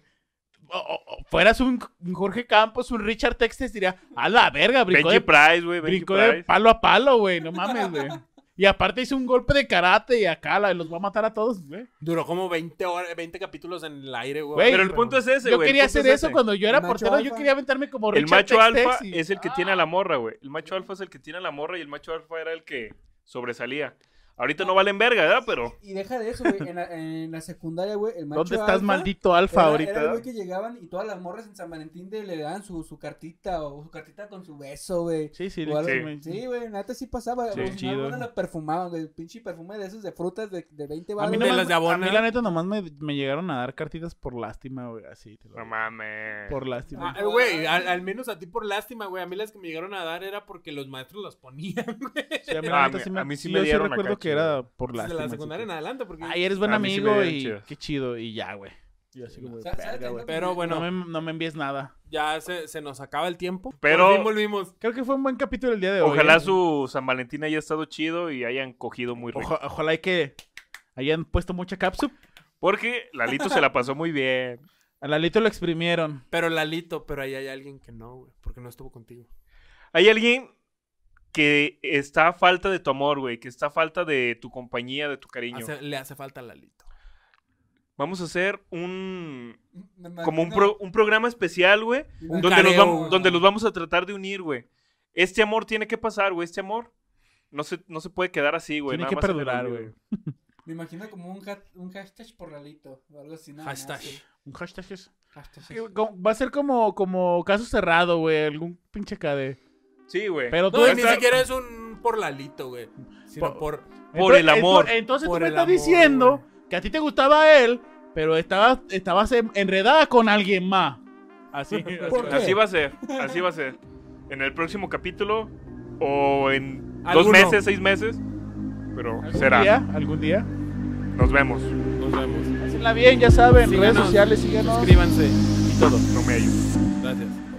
C: O- o- o fueras un Jorge Campos, un Richard Texas diría, a la verga, brincó
B: Benji
C: de
B: Price, güey, Benji
C: Brincó de
B: Price.
C: palo a palo, güey. No mames, güey. Y aparte hizo un golpe de karate y acá la- los va a matar a todos, güey.
A: Duró como 20, horas, 20 capítulos en el aire, güey.
C: Güey,
B: Pero el punto es ese,
C: Yo
B: güey. el
C: quería
B: punto
C: hacer
B: es
C: eso
B: ese.
C: cuando yo era
D: El macho
C: portero. Yo
D: alfa.
C: quería aventarme como
B: El
C: Richard
B: macho alfa
C: Texas y- Ah.
B: es el que tiene a la morra, güey. El macho alfa es el que tiene a la morra y el macho alfa era el que sobresalía. Ahorita no valen verga, ¿verdad? Pero
D: Y deja de eso, güey. En la, en la secundaria, güey, el macho
C: ¿Dónde estás,
D: alfa
C: maldito alfa
D: era-
C: ahorita?
D: Era el güey que llegaban y todas las morras en San Valentín de- le daban su, su cartita o su cartita con su beso, güey.
C: Sí, sí,
D: O algo-
C: sí,
B: sí.
C: sí.
D: Sí, güey, neta sí pasaba.
B: Sí.
D: Sí,
C: Chido.
D: chido. la perfumaban, güey. Pinche perfume de esos de frutas de, de 20
C: A
D: baros.
C: mí,
A: de
C: nomás-
A: las de
C: a
A: abona.
C: mí la neta nomás me, me llegaron a dar cartitas por lástima, güey, así. te lo
B: no
C: digo.
B: mames.
C: Por lástima.
A: Ah, eh, güey, al, al menos a ti por lástima, güey. A mí las que me llegaron a dar era porque los maestros las ponían.
C: Sí, a mí,
B: Ah,
C: la
B: a
C: neta
B: mí-
C: sí me,
B: a mí sí
C: yo
B: me dieron acá,
C: recuerdo que
B: chido.
C: era por
A: Desde
C: lástima.
A: la
C: así
A: secundaria en
C: que-
A: adelante. Porque...
C: Ay, eh. eres buen
B: A mí sí me
C: amigo
B: dieron
C: y
B: chidas.
C: qué chido. Y ya, güey. Yo así como,
D: O sea, ¿sabes
C: verga,
D: qué?
C: güey.
A: Pero bueno,
C: No me, no me envíes nada.
A: ya se, se nos acaba el tiempo.
B: Pero-
A: Por fin volvimos.
C: Creo que fue un buen capítulo el día de hoy.
B: Ojalá
C: ¿eh?
B: su San Valentín haya estado chido y hayan cogido muy rico.
C: Oja- ojalá y que hayan puesto mucha cápsula.
B: Porque Lalito se la pasó muy bien.
C: A Lalito lo exprimieron.
A: Pero Lalito, pero ahí hay alguien que no, güey. Porque no estuvo contigo.
B: Hay alguien que está a falta de tu amor, güey, que está a falta de tu compañía, de tu cariño.
A: Hace- le hace falta a Lalito.
B: Vamos a hacer un
D: Me imagino-
B: como un, pro- un programa especial, güey,
D: me
B: donde, nos
A: careo.
B: vam- donde los vamos a tratar de unir, güey. Este amor tiene que pasar, güey, este amor no se, no se puede quedar así, güey.
C: Tiene
B: nada
C: que
B: más en el
C: perdurar,
B: olvido.
C: güey.
D: Me imagino como un, hat- un hashtag por Lalito o algo así. Nada más,
A: Hashtag.
D: güey.
C: Un hashtag es-
D: Hashtag.
C: que, como- Va a ser como, como caso cerrado, güey. Algún pinche KD.
B: Sí, güey.
C: Pero tú
A: No, y
C: estás-
A: ni siquiera es un por Lalito, güey. Sino por...
B: Por el
C: Entonces-
B: amor.
C: Entonces
A: Por
C: tú me
A: el
C: estás
A: amor,
C: diciendo
A: güey.
C: que a ti te gustaba él, pero estabas, estabas en- enredada con alguien más. Así. así.
D: ¿Por qué?
B: Así va a ser, así va a ser. En el próximo capítulo o en dos
A: Alguno.
B: meses, seis meses, pero
C: ¿Algún
B: será.
C: día? ¿Algún día?
B: Nos vemos.
A: Nos vemos.
C: Pásenla bien, ya saben.
A: Síganos.
C: redes sociales, síganos.
A: Suscríbanse.
B: Y todo. No me ayudes.
A: Gracias.